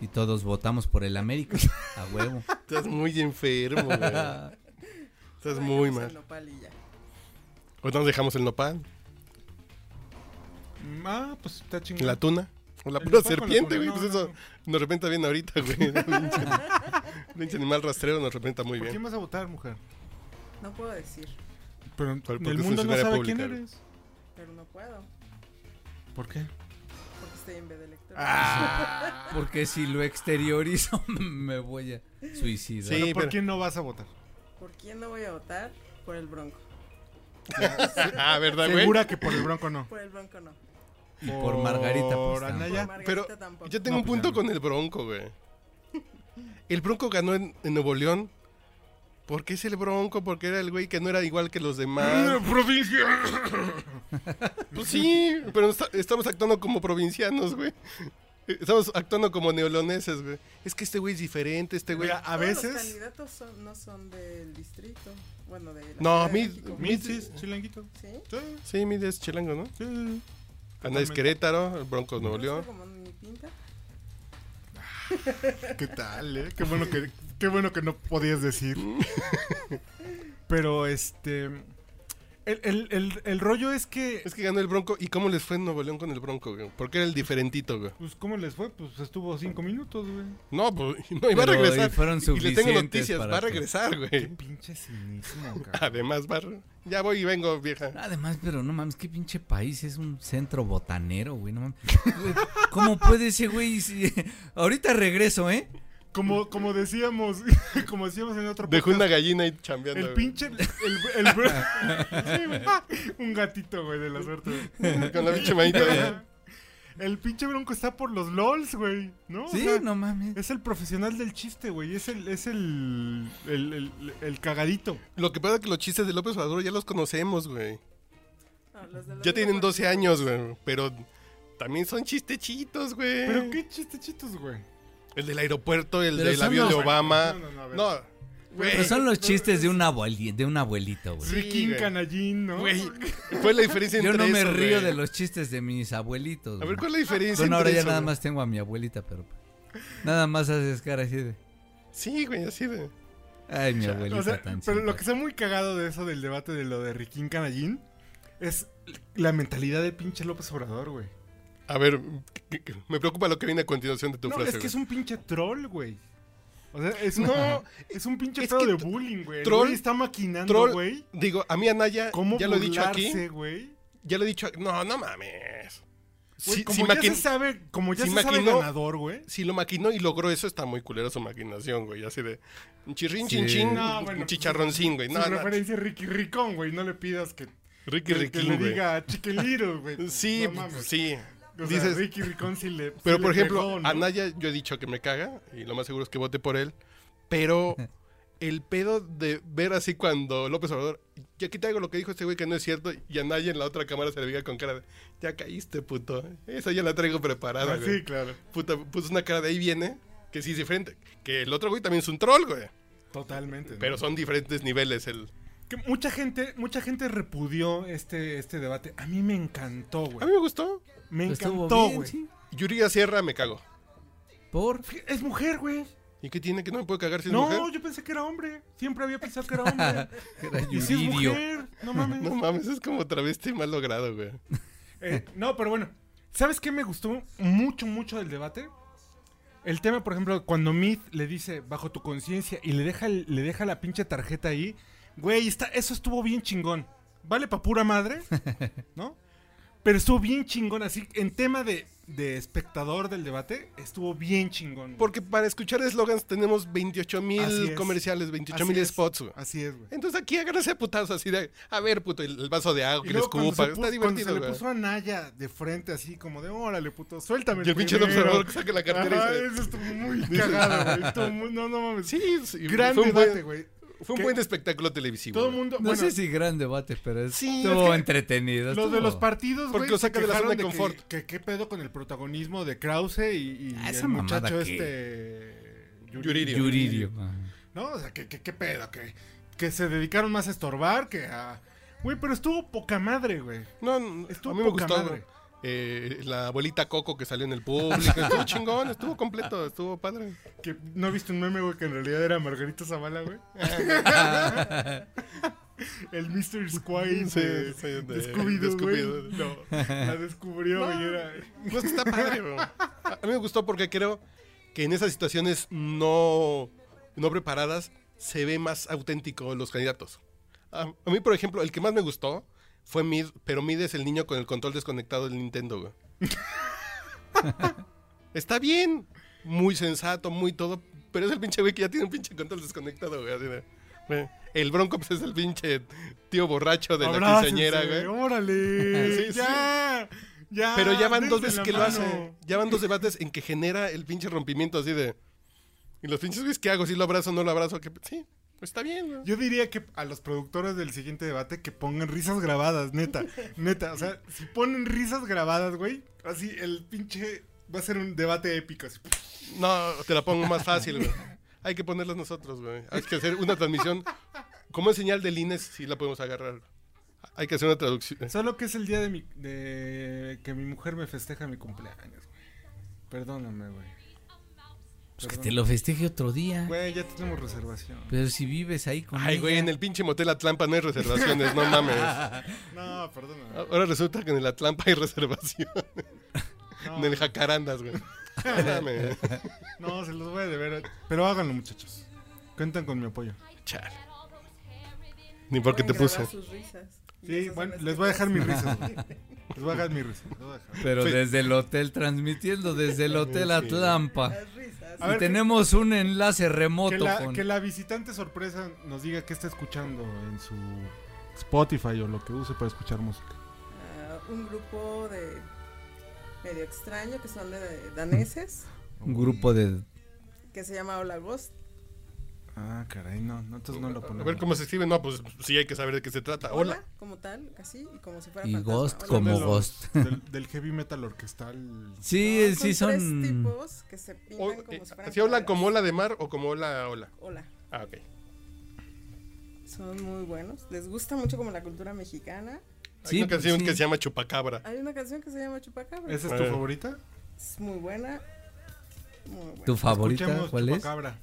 Y todos votamos por el América. A huevo. Estás muy <laughs> enfermo, güey. Estás muy Rayamos el mal. nopal y ya. Ahorita nos dejamos el nopal, Ah, pues está chingón. la tuna. O la El pura nopal con la tuna, serpiente, güey. no, Pues no, eso no. nos representa bien ahorita, güey. <laughs> Pinche animal rastrero nos representa muy ¿Por quién bien. vas a votar, mujer? No puedo decir, Pero Por- el porque es mundo no funcionaria sabe pública, quién güey. eres. pero no puedo. ¿Por qué? Porque estoy en vez de lector. Ah. Porque si lo exteriorizo <laughs> me voy a suicidar. Sí, ¿Por pero- quién no vas a votar? ¿Por quién no voy a votar? Por el bronco. <laughs> Ah, <laughs> ¿verdad, güey? Segura que por el bronco no. Por el bronco no. Y por <laughs> Margarita, pues, Por tampoco. Anaya. Margarita Pero tampoco. yo tengo No, un pues, punto ya no. con el Bronco, güey. El Bronco ganó en, en Nuevo León. Porque es el Bronco, porque era el güey que no era igual que los Ah, demás. Pues sí, pero esta- estamos actuando como provincianos, güey. Estamos actuando como neoloneses, güey. Es que este güey es diferente, este <laughs> güey. Mira, a Todos Los veces. candidatos son- no son del distrito. Bueno, de la Ciudad No, de mi- México. mi- Mitzis, chilanguito. ¿Sí? Sí, Sí, mire, es chilango, ¿no? sí, sí. Ana ah. es Totalmente. Querétaro, el Bronco es Nuevo No sé León. como ni pinta. ¿Qué tal, eh? Qué bueno que, qué bueno que no podías decir. <laughs> Pero este. El, el- el- el rollo es que. <laughs> Es que ganó el Bronco. ¿Y cómo les fue en Nuevo León con el Bronco, güey? Porque era el diferentito, güey. Pues, ¿cómo les fue? Pues estuvo cinco minutos, güey. No, pues, <laughs> no, y va a Pero, regresar. y fueron le tengo suficientes noticias, para va a que- regresar, Qué güey. pinche <laughs> cinismo, cabrón. Además, va a... re- Ya voy y vengo, vieja. Además, pero no mames, qué pinche país, es un centro botanero, güey, no mames. Güey, ¿Cómo puede ese güey? si- <laughs> Ahorita regreso, ¿eh? Como, como decíamos, <laughs> como decíamos en otro Dejó una podcast, gallina ahí chambeando. el güey. pinche, el, el- sí, güey, <laughs> un gatito, güey, de la suerte. güey. <laughs> Con la pinche manita. güey. El pinche bronco está por los lols, güey, ¿no? O Sí, sea, no mames. Es el profesional del chiste, güey, es el, es el, el, el- el cagadito. Lo que pasa es que los chistes de López Obrador ya los conocemos, güey. No, los de Ya López tienen Obrador- 12 años, güey. Pero también son chistechitos, güey. Pero qué chistechitos, güey. El del aeropuerto, el Pero del son avión de los- Obama. No, no, no, a ver. Ah, No, güey. <laughs> Pero son los chistes de un, abueli- de un abuelito, güey. Ricky güey. Canallín, ¿no? Güey, ¿Cuál es la diferencia entre Yo no me eso, río güey? de los chistes de mis abuelitos. A güey. ver, ¿cuál es la diferencia entre Bueno, ahora ya eso, nada güey? más tengo a mi abuelita, pero nada más haces cara así de. Sí, güey, así de... Ay, mi abuelita O sea, tan pero lo que simpática". está muy cagado de eso del debate de lo de Riquín Canallín es la mentalidad de pinche López Obrador, güey. A ver, me preocupa lo que viene a continuación de tu No, frase, es que güey. es un pinche troll, güey. O sea, es un, <laughs> No, es un pinche es pedo que de tr- bullying, güey. El troll- güey está maquinando, troll. güey. Digo, a mí Anaya, ¿Cómo ya lo he dicho aquí. burlarse, güey? Ya lo he dicho. No, no mames. Güey, Si, como si ya maqui- se sabe, como ya si se sabe maquinó- ganador, güey. si lo maquinó y logró eso, está muy culera su maquinación, güey. Así de. un Chirrin, Sí. chin, chin. No, un bueno, pues, chicharroncín, güey. Su No, no. referencia es Ricky Ricón, güey. No le pidas que, que- Ricky que Riquín, le güey. diga Chicken Little, güey. <laughs> Sí, pues, No mames. sí. O sea, Dices- Ricky Ricón sí le. sí Pero le por ejemplo, pegó, ¿no? Anaya, yo he dicho que me caga. Y lo más seguro es que vote por él. <laughs> Pero. El pedo de ver así cuando López Obrador. Y aquí te hago lo que dijo este güey que no es cierto. Y Anaya en la otra cámara se le veía con cara de. Ya caíste, puto. Esa ya la traigo preparada, Ah, güey. sí, claro. Puta, puso una cara de ahí viene, que sí es diferente. Que el otro güey también es un troll, güey. Totalmente. ¿no? Pero son diferentes niveles. El... Que mucha gente, mucha gente repudió este, este debate. A mí me encantó, A güey. mí me gustó. Me Estuvo encantó, bien, güey. sí. Yuriga Sierra me cago. ¿Por? Es mujer, güey. ¿Y qué tiene que no me puede cagar si es no, mujer? yo pensé que era hombre. Siempre había pensado que era <laughs> hombre. Era y si es Yuridio. mujer, no <laughs> mames. No mames, es como travesti mal logrado, güey. Eh, no, pero bueno. ¿Sabes qué me gustó mucho, mucho del debate? El tema, por ejemplo, cuando Mead le dice bajo tu conciencia y le deja, el- le deja la pinche tarjeta ahí. Güey, está, eso estuvo bien chingón. Vale pa' pura madre, ¿no? Pero estuvo bien chingón, así, en tema de, de espectador del debate, estuvo bien chingón. Porque para escuchar eslogans tenemos 28 Así mil es. comerciales, 28 Así mil es. spots, güey. Así es, güey. Entonces aquí agárrese a putazos así de, a ver, puto, el, el vaso de agua Y que le luego cuando escupa. se puso- Está cuando divertido, se le güey. puso a Naya de frente así como de órale puto, suéltame. Y el Ah, pinche primero". observador que saque la cartera y Ajá, se- "Ah". eso estuvo muy cagado, güey. Estuvo muy- No, no mames. Sí, sí, Gran fue un debate, buen- güey. Fue un Que buen espectáculo televisivo. Todo el güey. mundo, No bueno, sé si gran debate, pero es- Sí, estuvo es que entretenido. los de estuvo- los partidos, Porque güey, lo se saca de la quejaron zona de que- confort. Que qué pedo con el protagonismo de Krause y, y Ah, esa el mamada muchacho que- este Yuririo. Yuridio. ajá. ¿No? O sea, que que- qué pedo, que que se dedicaron más a estorbar que a Güey, pero estuvo poca madre, güey. No, no, Estuvo a mí me poca gustó. madre. güey. Eh, la abuelita Coco que salió en el <laughs> público. estuvo chingón, estuvo completo, estuvo padre. Que no he visto un meme, güey, que en realidad era Margarita Zavala, güey. <laughs> El Mr. Squire Sí, de, sí, de- de Scooby-Doo, de Scooby-Doo. pues, güey. No, la descubrió, güey, era... No, es que está padre, bro. A a mí me gustó porque creo que en esas situaciones no, no preparadas se ve más auténtico los candidatos. A, a mí, por ejemplo, el que más me gustó fue Mid, pero Mid es el niño con el control desconectado del Nintendo, güey. está bien, muy sensato, muy todo, pero es el pinche güey que ya tiene un pinche control desconectado, güey. así de- güey. El bronco pues, es el pinche tío borracho de la Abrácense, quinceañera, güey. ¡Órale! <laughs> Sí, sí. ¡Ya! ¡Ya! Pero ya van dos dense Ah, veces la que lo mano. hace. Ya van dos debates en que genera el pinche rompimiento así de. Y los pinches güeyes, ¿qué hago? ¿Si lo abrazo o no lo abrazo? ¿Qué? Sí, pues está bien, güey. Yo diría que a los productores del siguiente debate que pongan risas grabadas, <laughs> neta. Neta, o sea, si ponen risas grabadas, güey, así el pinche... Va a ser un debate épico, así. No, te la pongo más fácil, güey. Hay que ponerlas nosotros, güey. Hay que hacer una transmisión. Como es señal del INES, sí la podemos agarrar. Hay que hacer una traducción. Solo que es el día de, mi, de que mi mujer me festeja mi cumpleaños, güey. Perdóname, güey. Pues que Perdón. te lo festeje otro día. Güey, ya tenemos reservación. Pero si vives ahí con Ay, ella. güey, en el pinche motel Atlampa no hay reservaciones, no mames. No, perdóname. Ahora resulta que en el Atlampa hay reservaciones. No, En el Jacarandas, güey. No mames. no, se los voy a deber. Pero háganlo, muchachos. Cuentan con mi apoyo. Chale. Ni por qué te Pueden puse. grabar sus risas. Y esas Sí, son bueno, las les que voy a dejar pones. <laughs> mis <laughs> risas. güey. Les voy a dejar mis risas. les voy a dejar. <laughs> Pero Sí. desde el hotel, transmitiendo desde el hotel Atlampa. Las risas. A ver, Y tenemos un enlace remoto Que la, con... que la visitante sorpresa nos diga qué está escuchando en su Spotify o lo que use para escuchar música. Ah, un grupo de medio extraño que son de daneses un grupo de... que se llama Hola Ghost. Ah, caray, no. no entonces no lo A ponemos. ver cómo se escribe. No, pues sí hay que saber de qué se trata. Hola. como tal, así y como si fuera Y fantasma. Ghost Hola, como de los- Ghost. Del, del heavy metal orquestal. Sí, No, sí Tres son... tipos que se O- pintan eh, como si fueran. ¿Sí hablan caras. como ola de mar o como ola ola? Hola. Ah, ok. Son muy buenos. Les gusta mucho como la cultura mexicana. Sí, hay una canción sí. que se llama Chupacabra. Hay una canción que se llama Chupacabra. ¿Esa es tu Bueno. favorita? Es muy buena. Muy buena. ¿Tu favorita Escuchemos cuál es? Chupacabra.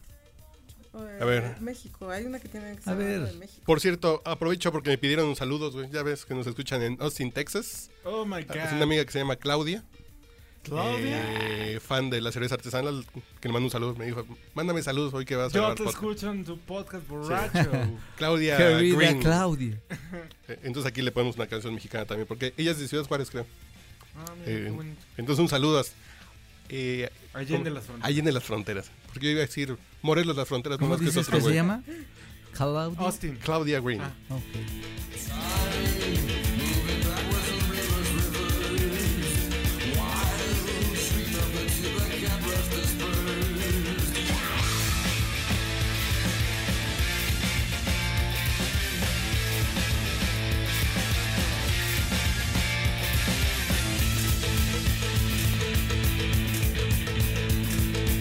Eh, A ver. México. Hay una que tiene que A se llama ver. de México. Por cierto, aprovecho porque me pidieron saludos, güey. Ya ves que nos escuchan en Austin, Texas. Oh my Es una god. amiga que se llama Claudia. Claudia. eh, fan de la cerveza artesanal. Que le mando un saludo. Me dijo, mándame saludos hoy que vas a Yo grabar te podcast". escucho en tu podcast <laughs> borracho. Claudia Querida Green. Claudia. Eh, Entonces aquí le ponemos una canción mexicana también. Porque ella es de Ciudad Juárez, creo. Ah, mira, Eh, qué bonito. entonces un saludo. Eh, Allende las fronteras. Allende las fronteras. Porque yo iba a decir Morelos las fronteras. ¿Cómo nomás que es dices otro que se güey. llama? Claudia. Austin. Claudia Green. Ah. Ok.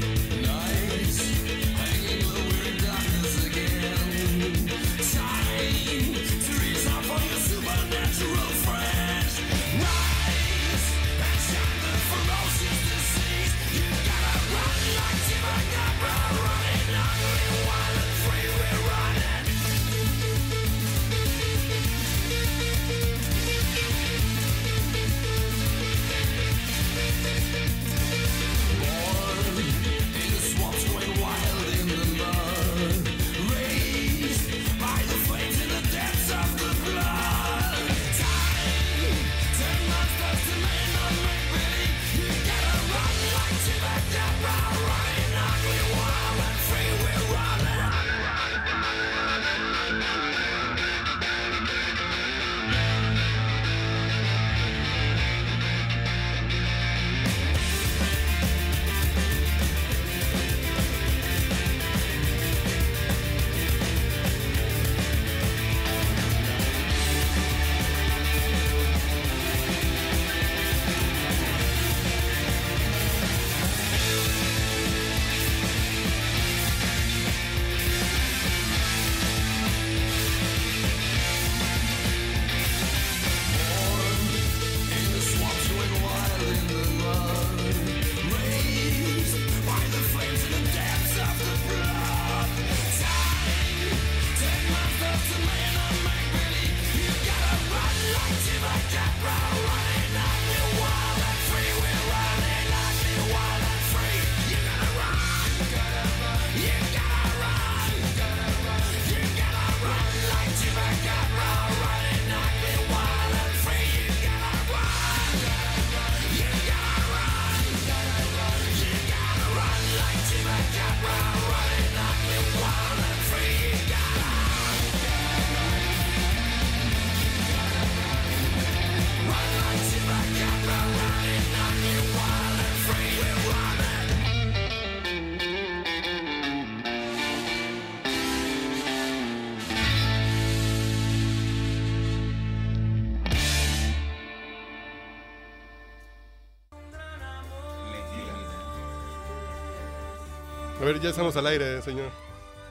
Time to reach out for your supernatural. A ver, ya estamos al aire, señor.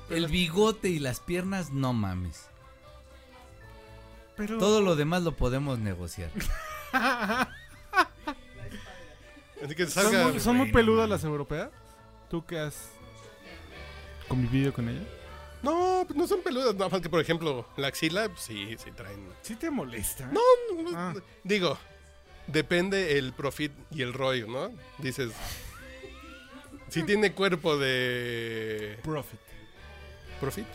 El bigote y las piernas, no mames. Pero- Todo lo demás lo podemos negociar. Así que ¿Son salga. muy, son muy peludas las europeas? ¿Tú qué has convivido con ellas? No, pues no son peludas. Nada más que, por ejemplo, la axila, pues, sí, sí traen. ¿Sí te molesta? No, no, Ah. digo, depende el profit y el rollo, ¿no? Dices, si tiene cuerpo de... Profit. Profit.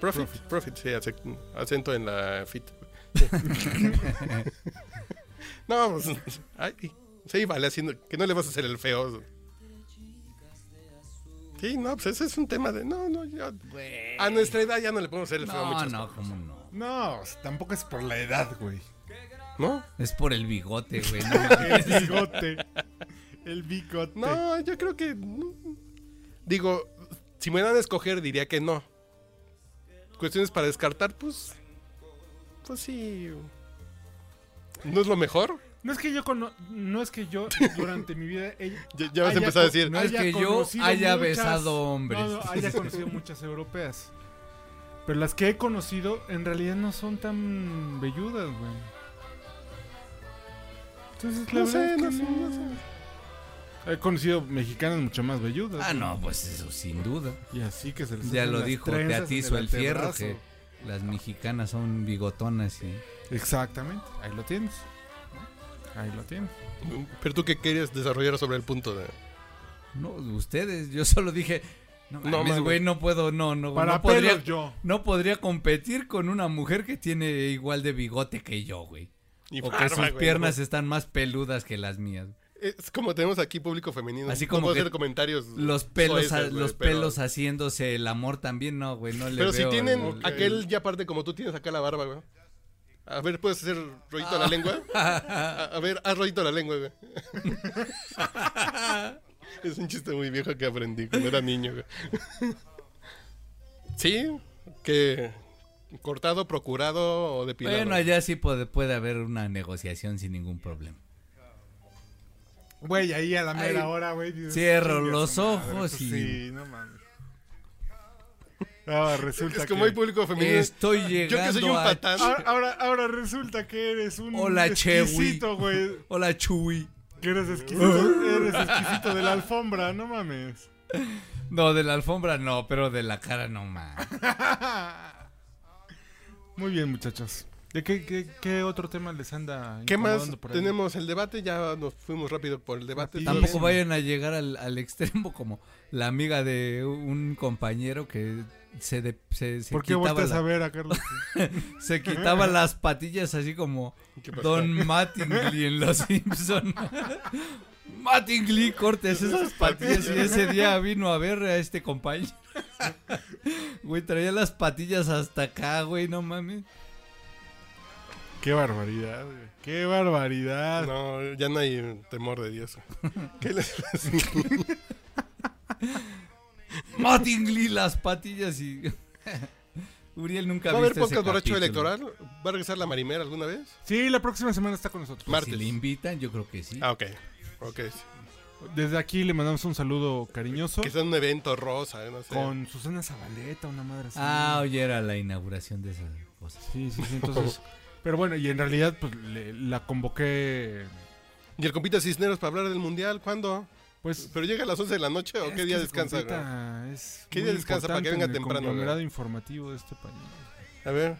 Profit, profit, sí, ace- acento en la fit. no, pues, ay, sí, vale, haciendo, que no le vas a hacer el feo. Sí, no, pues ese es un tema de, no, no, ya, a nuestra edad ya no le podemos hacer el feo a No, muchas no, cosas. cómo no. No, o sea, tampoco es por la edad, güey. ¿No? Es por el bigote, güey. no mames. <laughs> El bigote. El bigote. No, yo creo que. no. Digo, si me dan a escoger, diría que no. Cuestiones para descartar, pues. Pues sí. ¿No es lo mejor? No es que yo cono- no es que <laughs> yo durante mi vida he- Ya, ya vas haya a empezar a co- decir. No es haya que yo conocido haya besado hombres. No, no, <laughs> haya conocido muchas europeas. Pero las que he conocido en realidad no son tan velludas, güey. Entonces, la No verdad sé, es que no sé, no sé. He conocido mexicanas mucho más velludas. Ah, güey. no, pues eso sin duda. Y así que se les Ya hacen lo las dijo, te trenzas en atizo el fierro antebrazo. que las mexicanas son bigotonas y Exactamente, ahí lo tienes. Ahí lo tienes. Pero tú qué querías desarrollar sobre el punto de. no ustedes, yo solo dije, no No mames, mames. güey, no puedo, no, no, Para no podría pelos yo. no podría competir con una mujer que tiene igual de bigote que yo, güey. y O que barba, sus güey, piernas están más peludas que las mías. Es como tenemos aquí público femenino. Así no como puedo que hacer comentarios. Los pelos, soeces, a- güey, los pero- pelos haciéndose el amor también, no, güey, no le Pero si veo tienen el- aquel ya aparte como tú tienes acá la barba, güey. A ver, ¿puedes hacer rollito Ah. a la <laughs> lengua? A, a ver, haz rollito a la lengua, güey. <laughs> es un chiste muy viejo que aprendí cuando era niño, güey. <laughs> sí, que cortado, procurado o depilado. Bueno, allá sí puede, puede haber una negociación sin ningún problema. Güey, ahí a la mera Ay, hora, güey. dices, cierro "Chinga los su madre, ojos pues y- Sí, no mames. Ahora resulta es como que... hay público femenino. Estoy Yo llegando que soy un a- patán. Ahora, ahora, ahora resulta que eres un Hola, Chewy. exquisito, güey. Hola, Chuy. Que eres exquisito, Ah. eres exquisito de la alfombra, no mames. No, de la alfombra no, pero de la cara no más. Muy bien, muchachos. ¿De qué, qué, qué otro tema les anda ¿Qué más? incomodando por ahí? Tenemos el debate, ya nos fuimos rápido por el debate. Rapidísimo. Tampoco vayan a llegar al, al extremo como la amiga de un compañero que se, de- se, se ¿Por qué quitaba volteas la- a ver a Carlos? se quitaba las patillas así como ¿Qué pasó? Don Mattingly en Los Simpson. Mattingly, cortes esas patillas y ese día vino a ver a este compañero. <laughs> Güey, traía las patillas hasta acá, güey, no mames. qué barbaridad, güey. Qué barbaridad. No, ya no hay temor <laughs> de Dios. ¿Qué les Mattingly, las patillas y... <laughs> Uriel nunca ¿Va a haber viste ese podcast borracho capítulo. electoral? ¿Va a regresar la marimera alguna vez? Sí, la próxima semana está con nosotros. Martes. Pues, Si le invitan, yo creo que sí. Ah, ok. Ok. Desde aquí le mandamos un saludo cariñoso Que sea un evento rosa, eh, no sé. con Susana Zabaleta, una madre así. Ah, oye, era la inauguración de esas cosas. Sí, sí, sí, entonces... Pero bueno, y en realidad pues le- la convoqué... Y el compita Cisneros para hablar del mundial, ¿cuándo? Pues... ¿Pero llega a las 11 de la noche o es qué que día se descansa? güey? completa, es ¿Qué muy día descansa para que importante venga en el temprano, conglomerado güey? informativo de este país. A ver.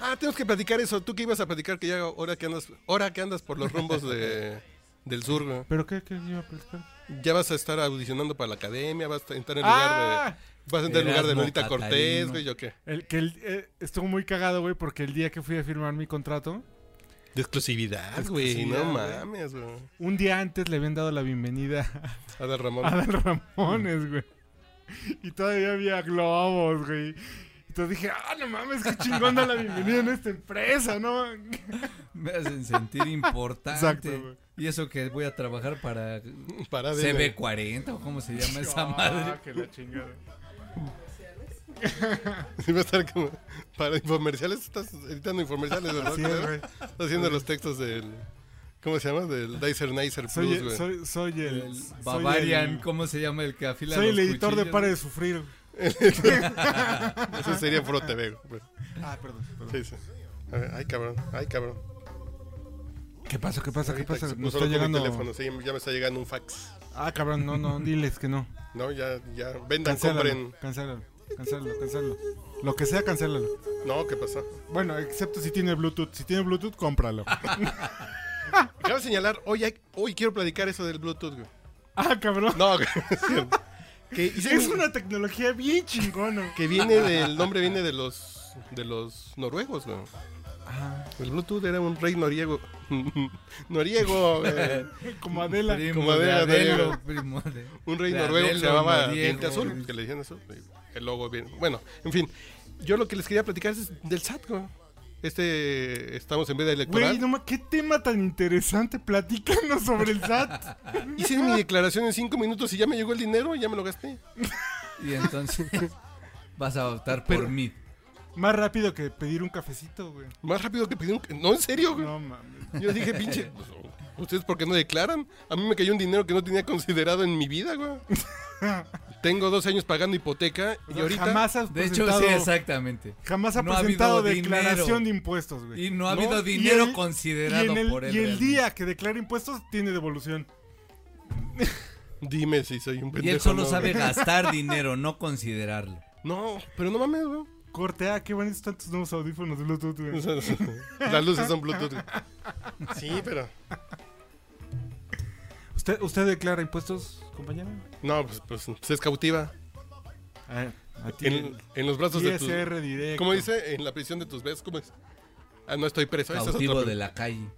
Ah, tenemos que platicar eso. ¿Tú qué ibas a platicar que ya ahora que andas, ahora que andas por los rumbos de, del sur, güey? ¿Pero qué, qué iba a platicar? Ya vas a estar audicionando para la academia, vas a entrar en lugar ¡Ah! de... Vas a entrar en lugar de Erasmo Lolita Cortés, Catarino. güey, ¿o qué? El, que el- eh, estuvo muy cagado, güey, porque el día que fui a firmar mi contrato, De exclusividad, güey. No Exclusividad, mames, güey. un día antes le habían dado la bienvenida Adal Ramón. a Adal Ramones, güey. Y todavía había globos, güey. Entonces dije, ah, no mames, qué chingón da la bienvenida en esta empresa, ¿no? <laughs> Me hacen sentir importante. Exacto, güey. Y eso que voy a trabajar para <laughs> Para de- CB40 o cómo se llama esa madre. Ah, que la chingada. Sí, <laughs> va a estar como. Para infomerciales, estás editando infomerciales, ¿verdad? Sí, güey. Estás haciendo los textos del. ¿Cómo se llama? Del Dicer Nicer Plus, Soy, güey. soy, soy el, soy Bavarian, el- ¿cómo se llama el que afila Soy los el editor de cuchillos? Para de Sufrir. Eso sería Pro TV, güey. Ah, perdón, perdón. Sí, sí. A ver, ay, cabrón, ay, cabrón. ¿Qué pasa? ¿Qué pasa? ¿Qué Ahorita pasa? se Nos está puso loco mi llegando. teléfono, sí, ya me está llegando un fax. Ah, cabrón, no, no, diles que no. No, ya, ya. Vendan, Cancélalo, compren. cancélalo, cancélalo, cancélalo. Lo que sea, cancélalo. No, ¿qué pasó? Bueno, excepto si tiene Bluetooth. Si tiene Bluetooth, <laughs> cómpralo. Acabo de señalar, hoy, hay- hoy quiero platicar eso del Bluetooth, güey. ah, cabrón. No, güey, <laughs> es cierto. <laughs> Que, hice- Es una tecnología bien chingona. que viene del nombre viene de los de los noruegos, güey. Ah. El Bluetooth era un rey noriego. <laughs> <laughs> noriego, güey. Como Adela. Primo Como de Adela, Adelo, Adelo. primo de- Un rey de noruego que se Adelo, llamaba Noriego. Diente Azul, que le decían azul. El logo bien. Bueno, en fin. Yo lo que les quería platicar es del SAT, güey. Este, estamos en veda electoral. Güey, no ma- qué tema tan interesante. Platícanos sobre el <laughs> SAT. Hice mi declaración en cinco minutos y ya me llegó el dinero y ya me lo gasté. Y entonces <laughs> vas a votar por Pero- mí. Más rápido que pedir un cafecito, güey. Más rápido que pedí un... No, en serio, güey. No mames. Yo dije, pinche... pues, ¿Ustedes por qué no declaran? A mí me cayó un dinero que no tenía considerado en mi vida, güey. Tengo dos años pagando hipoteca y ahorita... Pues Jamás has pues De hecho, presentado- sí, exactamente. Jamás ha No ha presentado habido declaración dinero. de impuestos, güey. Y no ha No, habido y dinero el- considerado y en el, por él. y el realmente. día que declara impuestos tiene devolución. Dime si soy un Y pendejo. él solo no, sabe güey. gastar dinero, no considerarlo. No, pero no mames, güey. Corte, ah, qué bonitos están tus nuevos audífonos de Bluetooth, O güey. sea, <laughs> Las luces son Bluetooth. güey. Sí, pero... ¿Usted, ¿Usted declara impuestos, compañero? No, pues, pues, pues es cautiva. A, a ti. En, en los brazos de tus... ISR directo. ¿Cómo dice? En la prisión de tus besos. ¿Cómo es? Ah, no estoy preso. Esa es Cautivo otra- de la calle.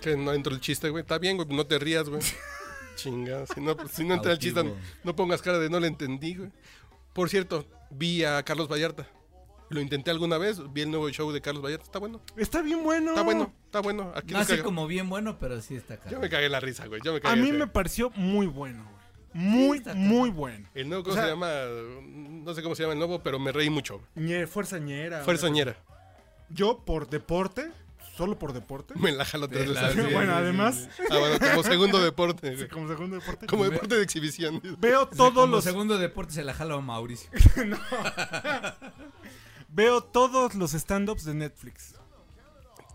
Que no entró el chiste, güey. Está bien, güey. No te rías, güey. Chinga. Si no, si no entra el chiste, no, Cautivo. no pongas cara de no le entendí, güey. Por cierto, vi a Carlos Vallarta. Lo intenté alguna vez. Vi el nuevo show de Carlos Vallarta. Está bueno. Está bien bueno. Está bueno. Está bueno. Aquí No nos así caga- como bien bueno, pero sí está Yo caro. me cagué la risa, güey. Yo me A cagué. mí así. me pareció muy bueno, güey. Muy, está muy bueno. El nuevo, ¿cómo O sea- se llama? No sé cómo se llama el nuevo, pero me reí mucho. güey. Ñe- fuerza ñera. Fue güey. soñera. <laughs> Yo por deporte, solo por <laughs> deporte. Me la jalo tres De la- veces. sí, bueno, sí, además, Ah, bueno, <laughs> como segundo deporte. güey. como segundo deporte, Como deporte de exhibición. veo Sí, todos como los segundo deporte se la jalo a Mauricio. veo todos los stand-ups de Netflix.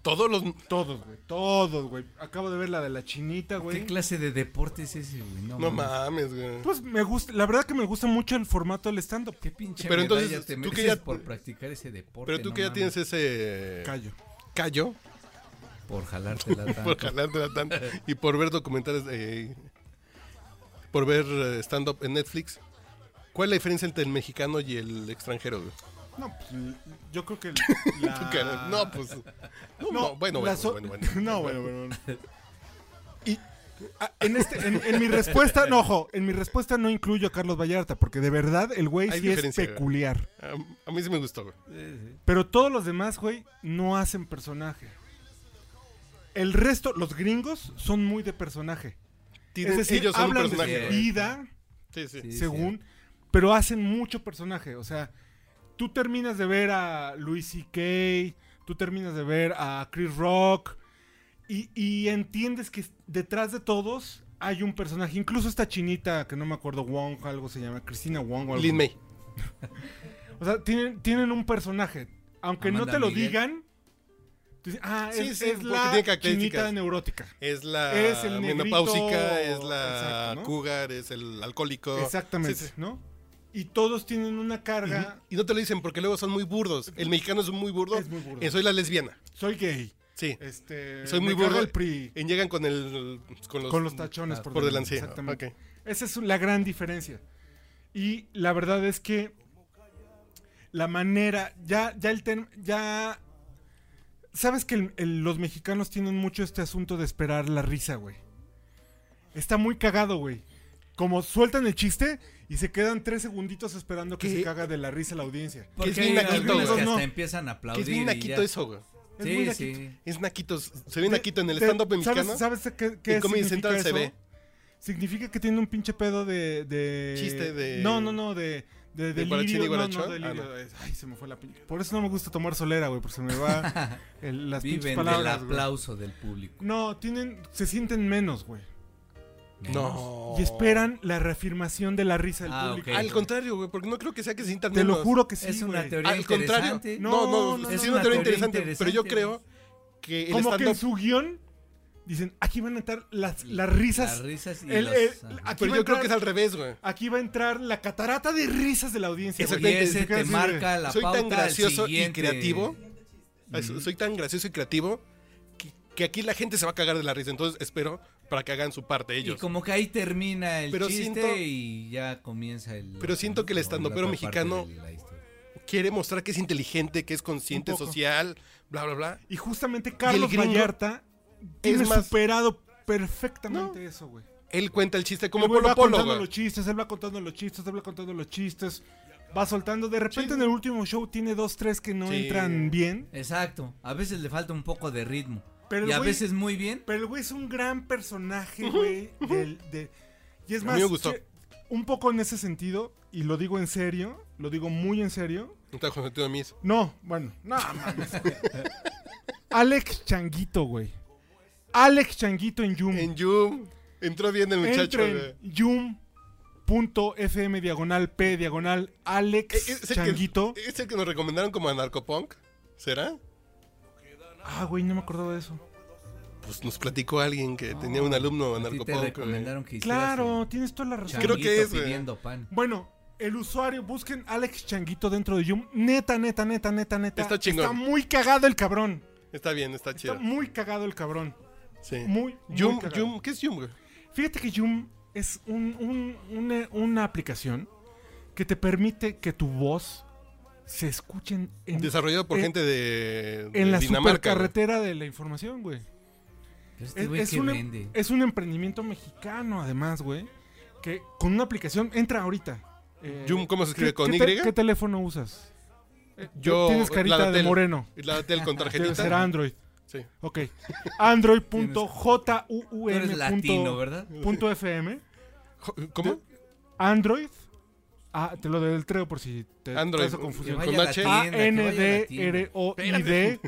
Todos los... Todos, güey. Todos, güey. Acabo de ver la de la chinita, ¿Qué güey. clase de deporte es ese, güey? No, No mames. mames, güey. Pues me gusta, la verdad que me gusta mucho el formato del stand-up. Qué pinche Pero Pero entonces, entonces, te tú mereces que ya- por practicar ese deporte. Pero tú no que ya mames. tienes ese... Callo. Callo. Por jalártela tanto. por jalártela tanto <laughs> y por ver documentales, eh, por ver eh, stand-up en Netflix. ¿Cuál es la diferencia entre el mexicano y el extranjero? güey? No, pues l- yo creo <laughs> que Ah. Tu cara, la... No, pues. No, no, bueno, la bueno, so- <laughs> bueno, bueno, bueno. No, bueno, bueno, bueno. Y ah, en, este, en, en mi respuesta, no, ojo, en mi respuesta no incluyo a Carlos Vallarta, porque de verdad el güey Hay sí es diferencia, güey. peculiar. A, a mí sí me gustó, güey. Pero todos los demás, güey, no hacen personaje. El resto, los gringos, son muy de personaje. Tienen- es decir, ellos son un hablan personaje. de su güey. vida, Sí, sí. Sí, según, pero hacen mucho personaje. O sea, tú terminas de ver a Luis C.K., tú terminas de ver a Chris Rock, y, y entiendes que detrás de todos hay un personaje. Incluso esta chinita, que no me acuerdo, Wong, algo se llama, Cristina Wong o algo. Lin May. O sea, tienen, tienen un personaje. Aunque no Amanda te lo Miguel. digan, tú dices, ah, Sí, es, sí, es porque tiene la características. chinita neurótica. Es la Es el negrito- menopáusica, es la Exacto, ¿no? cougar, es el alcohólico. Exactamente, Sí, sí. ¿no? Y todos tienen una carga. Y no te lo dicen porque luego son muy burdos. El mexicano es muy burdo. Es muy burdo. Eh, soy la lesbiana. Soy gay. Sí. Este, Soy me muy caga burdo. el PRI. Y llegan con el. Con los, con los tachones ah, por, por delante. delante, Exactamente. ok. Esa es la gran diferencia. Y la verdad es que la manera, ya, ya el tem- ya... Sabes que el- el- los mexicanos tienen mucho este asunto de esperar la risa, güey. Está muy cagado, güey. Como sueltan el chiste y se quedan tres segunditos esperando que ¿Qué? se caga de la risa la audiencia. Porque es hay bien naquito, algunos que güey. hasta No. empiezan a Que aplaudir. es bien y naquito ya. eso, güey. Es muy Sí, naquito. sí. Es naquitos. Se ve naquito en el De- stand-up ¿sabes- mexicano. ¿Sabes, qué, qué En Comedy significa Central se eso? ve. Significa que tiene un pinche pedo de, de- Chiste de- No, no, no, de, De, ¿De delirio, guarachín y no, no, guarachón? delirio, Ah, no. es- Ay, se me fue la pinche. Por eso no me gusta tomar solera, güey, porque se me <laughs> va el- las pinches Viven palabras. del güey. aplauso del público. No, tienen, se sienten menos, güey. No. Y esperan la reafirmación de la risa del Ah, público. ok. Al contrario, güey, porque no creo que sea que se sientan Te lo menos. juro que sí, es una güey. teoría Al contrario. interesante. No, no, No, no, es es una teoría una teoría interesante, pero yo interesante. creo que el Como que en stand-up... su guión dicen, aquí van a entrar las, las risas. Las risas y El- los- el- ajá. aquí Ah, Pero va a yo creo que entrar- es al revés, güey. Aquí va a entrar la catarata de risas de la audiencia. Y güey. ese Así de- te marca la Soy pauta tan gracioso al y siguiente. creativo. Ay, Ah, so- Soy tan gracioso y creativo que, que aquí la gente se va a cagar de la risa. Entonces espero para que hagan su parte Y ellos. como que ahí termina el Pero chiste siento- y ya comienza el. Pero siento que el la estandopero otra parte mexicano- de la historia. Quiere mostrar que es inteligente, que es consciente, Un poco. social, bla, bla, bla. Y justamente Carlos gringo Vallarta tiene más- superado perfectamente eso, güey. Él cuenta el chiste El como güey Polo va Polo, contando güey. los chistes, él va contando los chistes, él va contando los chistes. Va soltando. De repente Sí. en el último show tiene dos, tres que no Sí. entran bien. Exacto. A veces le falta un poco de ritmo. Pero el y a güey- veces muy bien. Pero el güey es un gran personaje, güey. del- de- Y es A más, mí me gustó. que- un poco en ese sentido, y lo digo en serio, lo digo muy en serio. No te con sentido de mí. No, bueno, no mames, güey. <laughs> Alex Changuito, güey. Alex Changuito en Yum. En Yum. Entró bien el muchacho, Entren, güey. yum.fm diagonal p diagonal Eh, Alex ¿Es el, Changuito. que, ¿Es el que nos recomendaron como anarcopunk? ¿Será? Ah, güey, no me acordaba de eso. Pues nos platicó alguien que tenía un alumno Ah, A ti te anarcopunk. güey. recomendaron que hicieras Claro, el tienes toda la razón. eh, Creo que changuito es, eh, güey. pidiendo pan. Bueno, el usuario, busquen Alex Changuito dentro de Yum. Neta, neta, neta, neta, neta. Está chingón. muy cagado el cabrón. Está bien, está chido. Está muy cagado el cabrón. Sí. muy, muy Yum, cagado. Yum, ¿qué es Yum, güey? Fíjate que Yum es un- un- una, una aplicación que te permite que tu voz se escuche en, en- Desarrollado por en- gente de, de en la Dinamarca. güey. supercarretera de la información, güey. Pero este Es, güey es que un, em- vende. es un emprendimiento mexicano, además, güey. Que con una aplicación entra ahorita. Eh, Yum, ¿cómo se escribe? ¿qué- ¿Con qué Y? te- ¿Qué teléfono usas? Eh, Yo, Tienes la carita de Datel. moreno. Y La Datel con Debe tarjetita. ser Android. Sí. Ok. Tú eres latino, Android.juum.fm. ¿verdad? Jo- ¿Cómo? Android. Ah, te lo deletreo por si te Android. traes a Que confusión. vaya Con a la H. tienda, A que vaya a N la D tienda. R O I D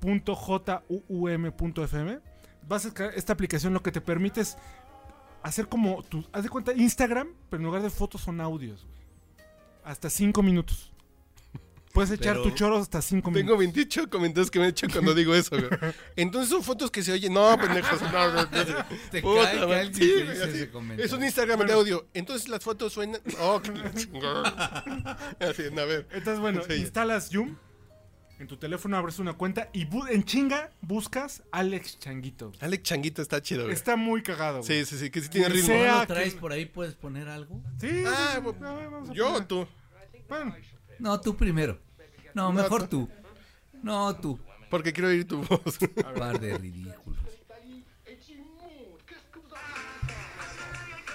punto J U U M punto FM. Vas a descargar esta aplicación lo que te permite es hacer como tu haz de cuenta Instagram, pero en lugar de fotos son audios, güey. Hasta 5 minutos. Puedes echar Pero- tu choro hasta 5 Tengo minutos. 28 comentarios que me han hecho cuando digo eso, <laughs> güey. Entonces son fotos que se oyen. No, pendejos. No, no, no. Te Puta, cae que güey. alguien Sí, te güey, hizo así. ese comentario. Es un Instagram de audio. Entonces las fotos suenan. Oh, <laughs> qué chingón. Así, a ver. Entonces, bueno, Sí. instalas Zoom. En tu teléfono abres una cuenta y bu- en chinga buscas Alex Changuito. güey. Alex Changuito está chido, güey. Está muy cagado. güey. Sí, sí, sí, que sí tiene Que ritmo. ¿No sea- lo traes que- por ahí? ¿Puedes poner algo? Sí, sí, Ah, sí. bu- A ver, vamos a Yo o poner- tú. Bueno, No, tú primero. No, mejor tú. No, tú. Porque quiero oír tu voz. <laughs> Par de ridículos.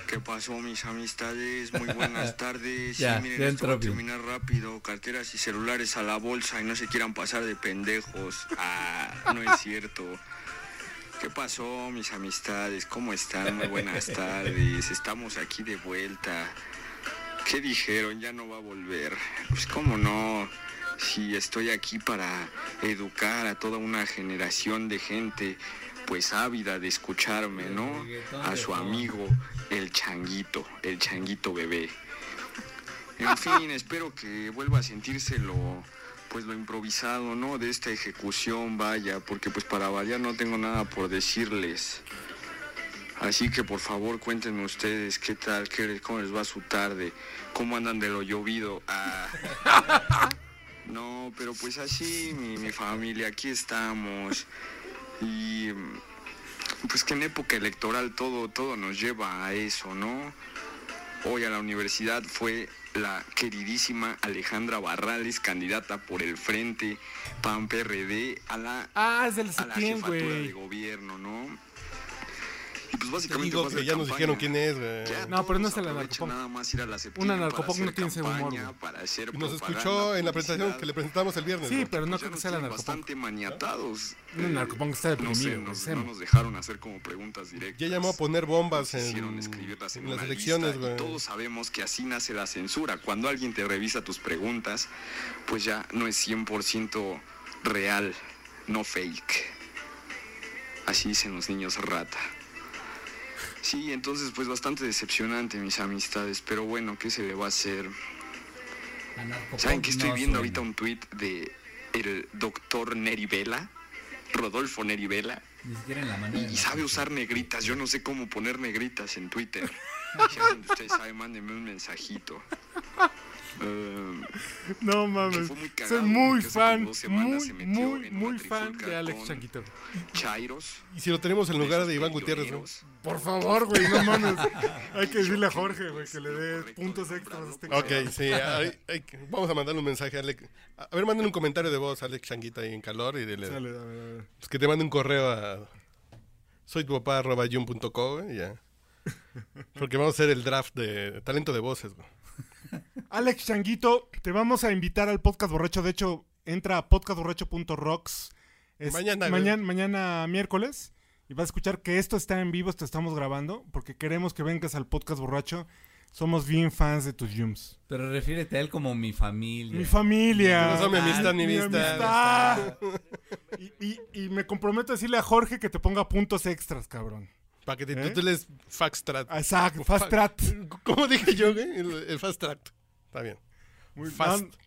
¿Qué pasó, mis amistades? Muy <laughs> buenas tardes. Ya, Sí, miren, ya esto va a entró bien. terminar rápido. Carteras y celulares a la bolsa y no se quieran pasar de pendejos. Ah, no <laughs> es cierto. ¿Qué pasó, mis amistades? ¿Cómo están? Muy buenas tardes. Estamos aquí de vuelta. ¿Qué dijeron? Ya no va a volver. Pues cómo no. Si estoy aquí para educar a toda una generación de gente, pues ávida de escucharme, ¿no? A su amigo, el changuito, el changuito bebé. En fin, espero que vuelva a sentirse lo, pues lo improvisado, ¿no? De esta ejecución, vaya, porque pues para variar no tengo nada por decirles. Así que por favor cuéntenme ustedes qué tal, qué, cómo les va su tarde, cómo andan de lo llovido. Ah. No, pero pues así, mi, mi familia, aquí estamos. Y mm, pues que en época electoral todo, todo nos lleva a eso, ¿no? Hoy a la universidad fue la queridísima Alejandra Barrales, candidata por el Frente PAN PRD a la Ah, es del a la Septiembre, jefatura güey. de gobierno, ¿no? Y pues pues básicamente Digo vas que de ya nos campaña. dijeron quién es, güey. Ya No, todos pero no es el aprovechan anarcopunk. Nada más ir a la Septim Un para anarcopunk hacer no tiene ese humor, campaña, güey. para hacer Nos propaganda, escuchó en la publicidad. presentación que le presentamos el <laughs> viernes. Sí, güey. pero no Pues Ya creo que nos sea el tienen narcopunk. Bastante maniatados. Un narcopunk está No sé, deprimido, güey, nos, Sam. no nos dejaron hacer como preguntas directas. Ya llamó a poner bombas Hicieron en, escribirlas en en las una elecciones, lista, y güey. Todos sabemos que así nace la censura. Cuando alguien te revisa tus preguntas, pues ya no es 100% real, no fake. Así dicen los niños rata. Sí, entonces pues bastante decepcionante mis amistades, pero bueno, ¿qué se le va a hacer? Pues ¿Saben que estoy viendo ahorita un tuit de el doctor Nerivela? Rodolfo Nerivela. Ni siquiera en la Y, manera. y sabe usar negritas. Yo no sé cómo poner negritas en Twitter. Si alguien de ustedes sabe, mándenme un <laughs> mensajito. Um, No que mames. fue muy Soy cagado, muy porque hace fan, como dos semanas muy, se metió muy, en una muy fan trifulca de Alex con Changuito. Chairos. Y si lo tenemos en lugar de Iván Gutiérrez, ¿no? pioneros. Por favor, güey, no mames. <laughs> Hay que decirle a Jorge, güey, que le dé puntos extras a este Ok, cabrón. sí. ahí- ahí- vamos a mandarle un mensaje a Alex. A ver, manden un comentario de voz, Alex Changuita, ahí en calor. Y dile, Sale, a ver, a ver. pues que te mande un correo a soy tu papá arroba yum punto co, güey, y ya. Porque vamos a hacer el draft de talento de voces, güey. Alex Changuito, te vamos a invitar al podcast borracho. De hecho, entra a podcastborracho.rocks. Es Mañana, güey. mañana, mañana miércoles. Y vas a escuchar que esto está en vivo, te estamos grabando, porque queremos que vengas al podcast borracho. Somos bien fans de tus Jums. Pero refiérete a él como mi familia. Mi familia. No son mi amistad ni Ah, Mi vista. amistad. Y, y- y me comprometo a decirle a Jorge que te ponga puntos extras, cabrón. Para que te ¿Eh? titules Fax Track. Exacto, fast track. ¿Cómo dije yo, güey? El, el Fast Track. Está bien. Muy- no, Fast. Ando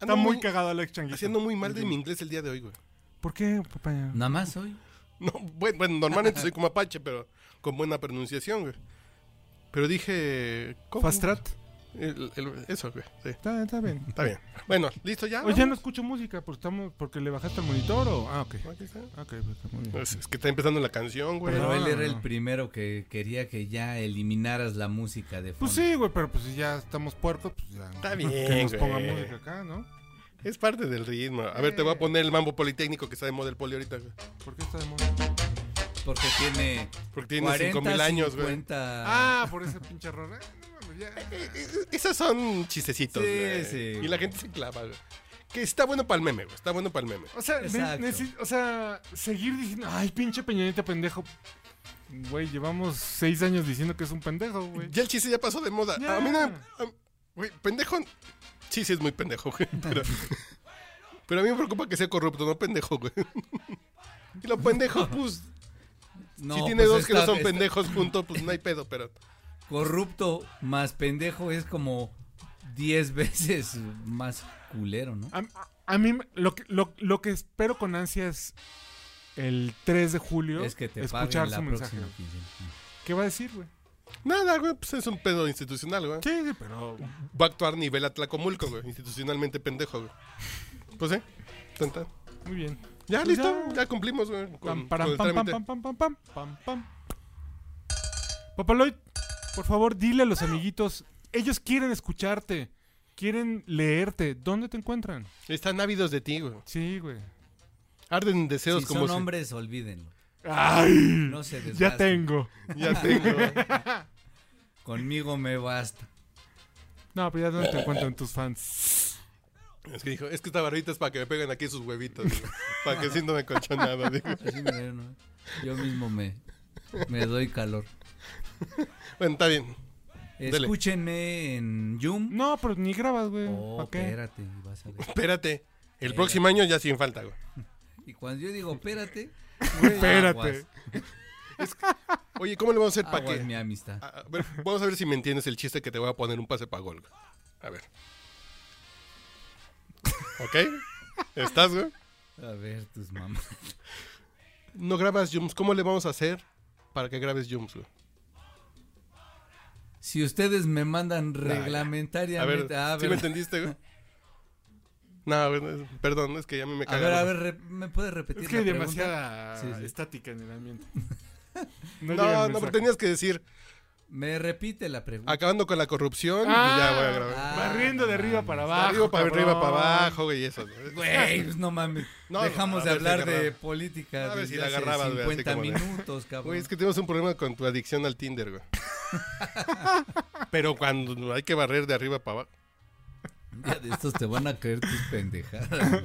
Está muy cagado Alex Changuito. Haciendo muy mal de mi inglés el día de hoy, güey. ¿Por qué, papá? Nada más hoy. <laughs> No, bueno, bueno, normalmente soy como Apache, pero con buena pronunciación, güey. Pero dije. ¿cómo? Fast track. El- el- eso, güey. Sí, Está, está bien. está bien. Bueno, listo ya. Oye, Pues ya no escucho música porque, estamos, porque le bajaste el monitor o. Ah, ok. Aquí está. Ah, Ok, pues, está muy bien. Es, es que está empezando la canción, güey. Pero No, él no, era el no. primero que quería que ya eliminaras la música de Pues fondo. sí, güey, pero pues si ya estamos puertos, pues ya. Está bien, Que nos ponga güey. música acá, ¿no? Es parte del ritmo. A ver, te Eh. voy a poner el mambo politécnico que está de moda el poli ahorita, güey. ¿Por qué está de moda? Porque tiene. Porque tiene 5000 años, güey. 50. Ah, por ese pinche error. Ah, no mames, ya. Esas son chistecitos, Sí, güey. sí, Y la güey. gente se clava, güey. Que está bueno para el meme, güey. Está bueno para el meme. O sea, ne- Exacto. necesi- o sea, seguir diciendo, ay, pinche peñanita pendejo. Güey, llevamos seis años diciendo que es un pendejo, güey. Ya el chiste ya pasó de moda. Ya. A mí no. a- Güey, pendejo. Sí, sí, es muy pendejo, güey. Pero, pero a mí me preocupa que sea corrupto, no pendejo, güey. <laughs> Y lo pendejo, pues. No, si tiene pues dos que no está- son está pendejos juntos, pues no hay pedo, pero. Corrupto más pendejo es como 10 <laughs> veces más culero, ¿no? A, a mí me- lo que, lo, lo que espero con ansia es el 3 de julio Es que te escuchar paguen su la mensaje. próxima quincena. ¿Qué va a decir, güey? Nada, güey, pues es un pedo institucional, güey. Sí, sí, pero Va a actuar nivel Atlacomulco, güey. Institucionalmente pendejo, güey. Pues sí. tan, tan. muy bien. Ya, Pues listo. ya. Ya, cumplimos, güey. Pam, Con, con param, el pam, pam, trámite. pam, pam, pam, pam, pam, pam. Papaloid, por favor, dile a los amiguitos, ellos quieren escucharte, quieren leerte. ¿Dónde te encuentran? Están ávidos de ti, güey. Sí, güey. Arden deseos Si como son si- hombres, olvídenlo. ¡Ay! No se desgasten. <clears throat> ya tengo. <laughs> Ya tengo. Conmigo me basta. No, pero ya dónde te encuentran tus fans. Es que dijo, es que esta barrita es para que me peguen aquí sus huevitos, digo, para que síndrome colchonado. digo. Así me da uno. Yo mismo me, me doy calor. Bueno, está bien. Dele. Escúchenme en Yum. No, pero ni grabas, güey. Oh, ¿Para qué? espérate, vas a ver. Espérate. El próximo año ya sin falta, güey. Y cuando yo digo espérate, <laughs> Espérate. Oye, ¿cómo le vamos a hacer para aguas mi que? Ah, amistad. A- a ver, vamos a ver si me entiendes el chiste que te voy a poner un pase para gol. güey. A ver. ¿Ok? ¿Estás, güey? A ver tus mamás. <laughs> No grabas Jums. ¿Cómo le vamos a hacer para que grabes Jums, güey? Si ustedes me mandan ya. A ver, reglamentariamente. Ah, ¿sí me ¿verdad? entendiste, güey? No, güey, perdón, es que ya a mí me A cagaron. ver, a ver, re- ¿me puedes repetir Es que la hay pregunta? demasiada Sí, sí. <laughs> estática en el ambiente. No, llega el no, pero mensaje. tenías que decir, Me repite la pregunta. Ah, Acabando con la corrupción y ya voy a grabar. Barriendo de arriba para De abajo. arriba para Ah, cabrón. arriba para abajo, güey, eso. ¿no? Güey, pues no mames. <laughs> No, a Dejamos de ver si hablar agarraba. de política. A ver desde si la hace agarrabas, güey. así <laughs> 50 como de- minutos, cabrón. Güey, es que tenemos un problema con tu adicción al <laughs> Tinder, güey. Pero cuando hay que barrer de arriba para abajo. Ya de estos te van a creer tus pendejadas. güey.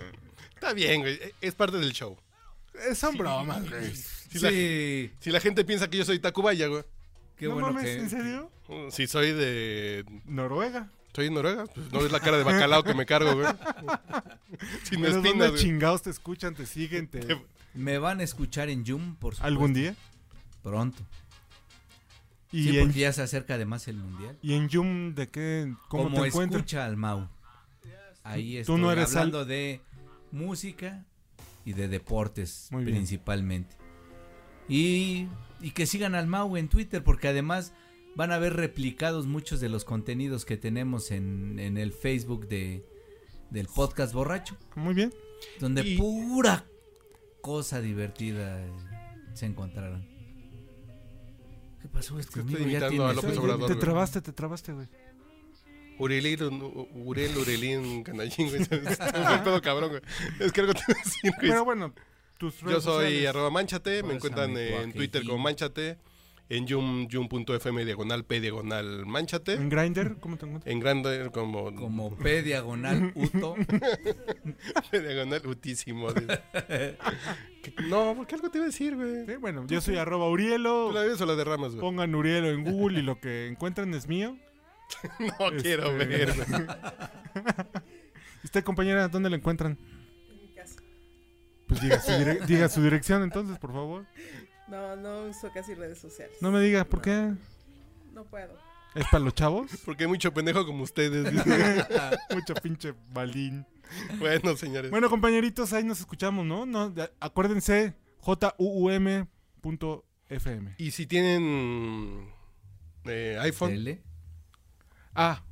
Está bien, güey. e, Es parte del show. Eh, Son <laughs> bromas, güey. Si, la, Sí. si la gente piensa que yo soy Tacubaya, güey. mm, Qué no bueno mames, que. ¿en serio? Si soy de. Noruega. Soy de Noruega. Pues no ves la cara de bacalao que me cargo, <laughs> güey. Sin Pero espinas, ¿dónde güey. chingados te escuchan, te siguen, <laughs> te... Te- Me van a escuchar en Zoom, por supuesto. algún día? Pronto. Y, sí, en, porque ya se acerca además el mundial. ¿Y en Yum de qué? ¿Cómo Como te encuentras? escucha al Mau. Ahí Tú estoy no eres al- hablando de música y de deportes Muy bien. principalmente. Y, y que sigan al Mau en Twitter porque además van a ver replicados muchos de los contenidos que tenemos en, en el Facebook de, del podcast borracho. Muy bien. Donde Y- pura cosa divertida eh, se encontraron. ¿Qué pasó este que estoy amigo? Ya imitando tiene a López sueño. Obrador, te güey. trabaste, te trabaste, güey. Urelín, un- Urel, Urelín, canallín, güey. <laughs> Está todo cabrón, güey. Es que algo te voy a decir, güey. Pero bueno, tus redes Yo soy sociales. arroba manchate, me Pásame encuentran tu en Twitter aquejín. como manchate, en yum, yum.fm diagonal p diagonal manchate, ¿En Grindr? ¿Cómo te encuentras? en grande como, <laughs> Como P diagonal <laughs> Uto. diagonal utísimo. dice. Que- no, porque algo te iba a decir, güey. Sí, ¿eh? bueno, yo soy arroba Urielo. ¿Tú la ves o la derramas, güey? Pongan Urielo en Google y lo que encuentren es mío. No quiero Este- ver, güey. ¿Y usted, compañera, dónde la encuentran? en mi casa. Pues diga su, dire- <laughs> diga su dirección entonces, por favor. No, no uso casi redes sociales. No me diga, ¿por qué? No puedo. ¿Es para los chavos? <laughs> Porque hay mucho pendejo como ustedes. dice. Mucho pinche balín. bueno, señores. Bueno, compañeritos, ahí nos escuchamos, ¿no? no de- acuérdense, juum.fm. Y si tienen eh, iPhone, Tele. Ah,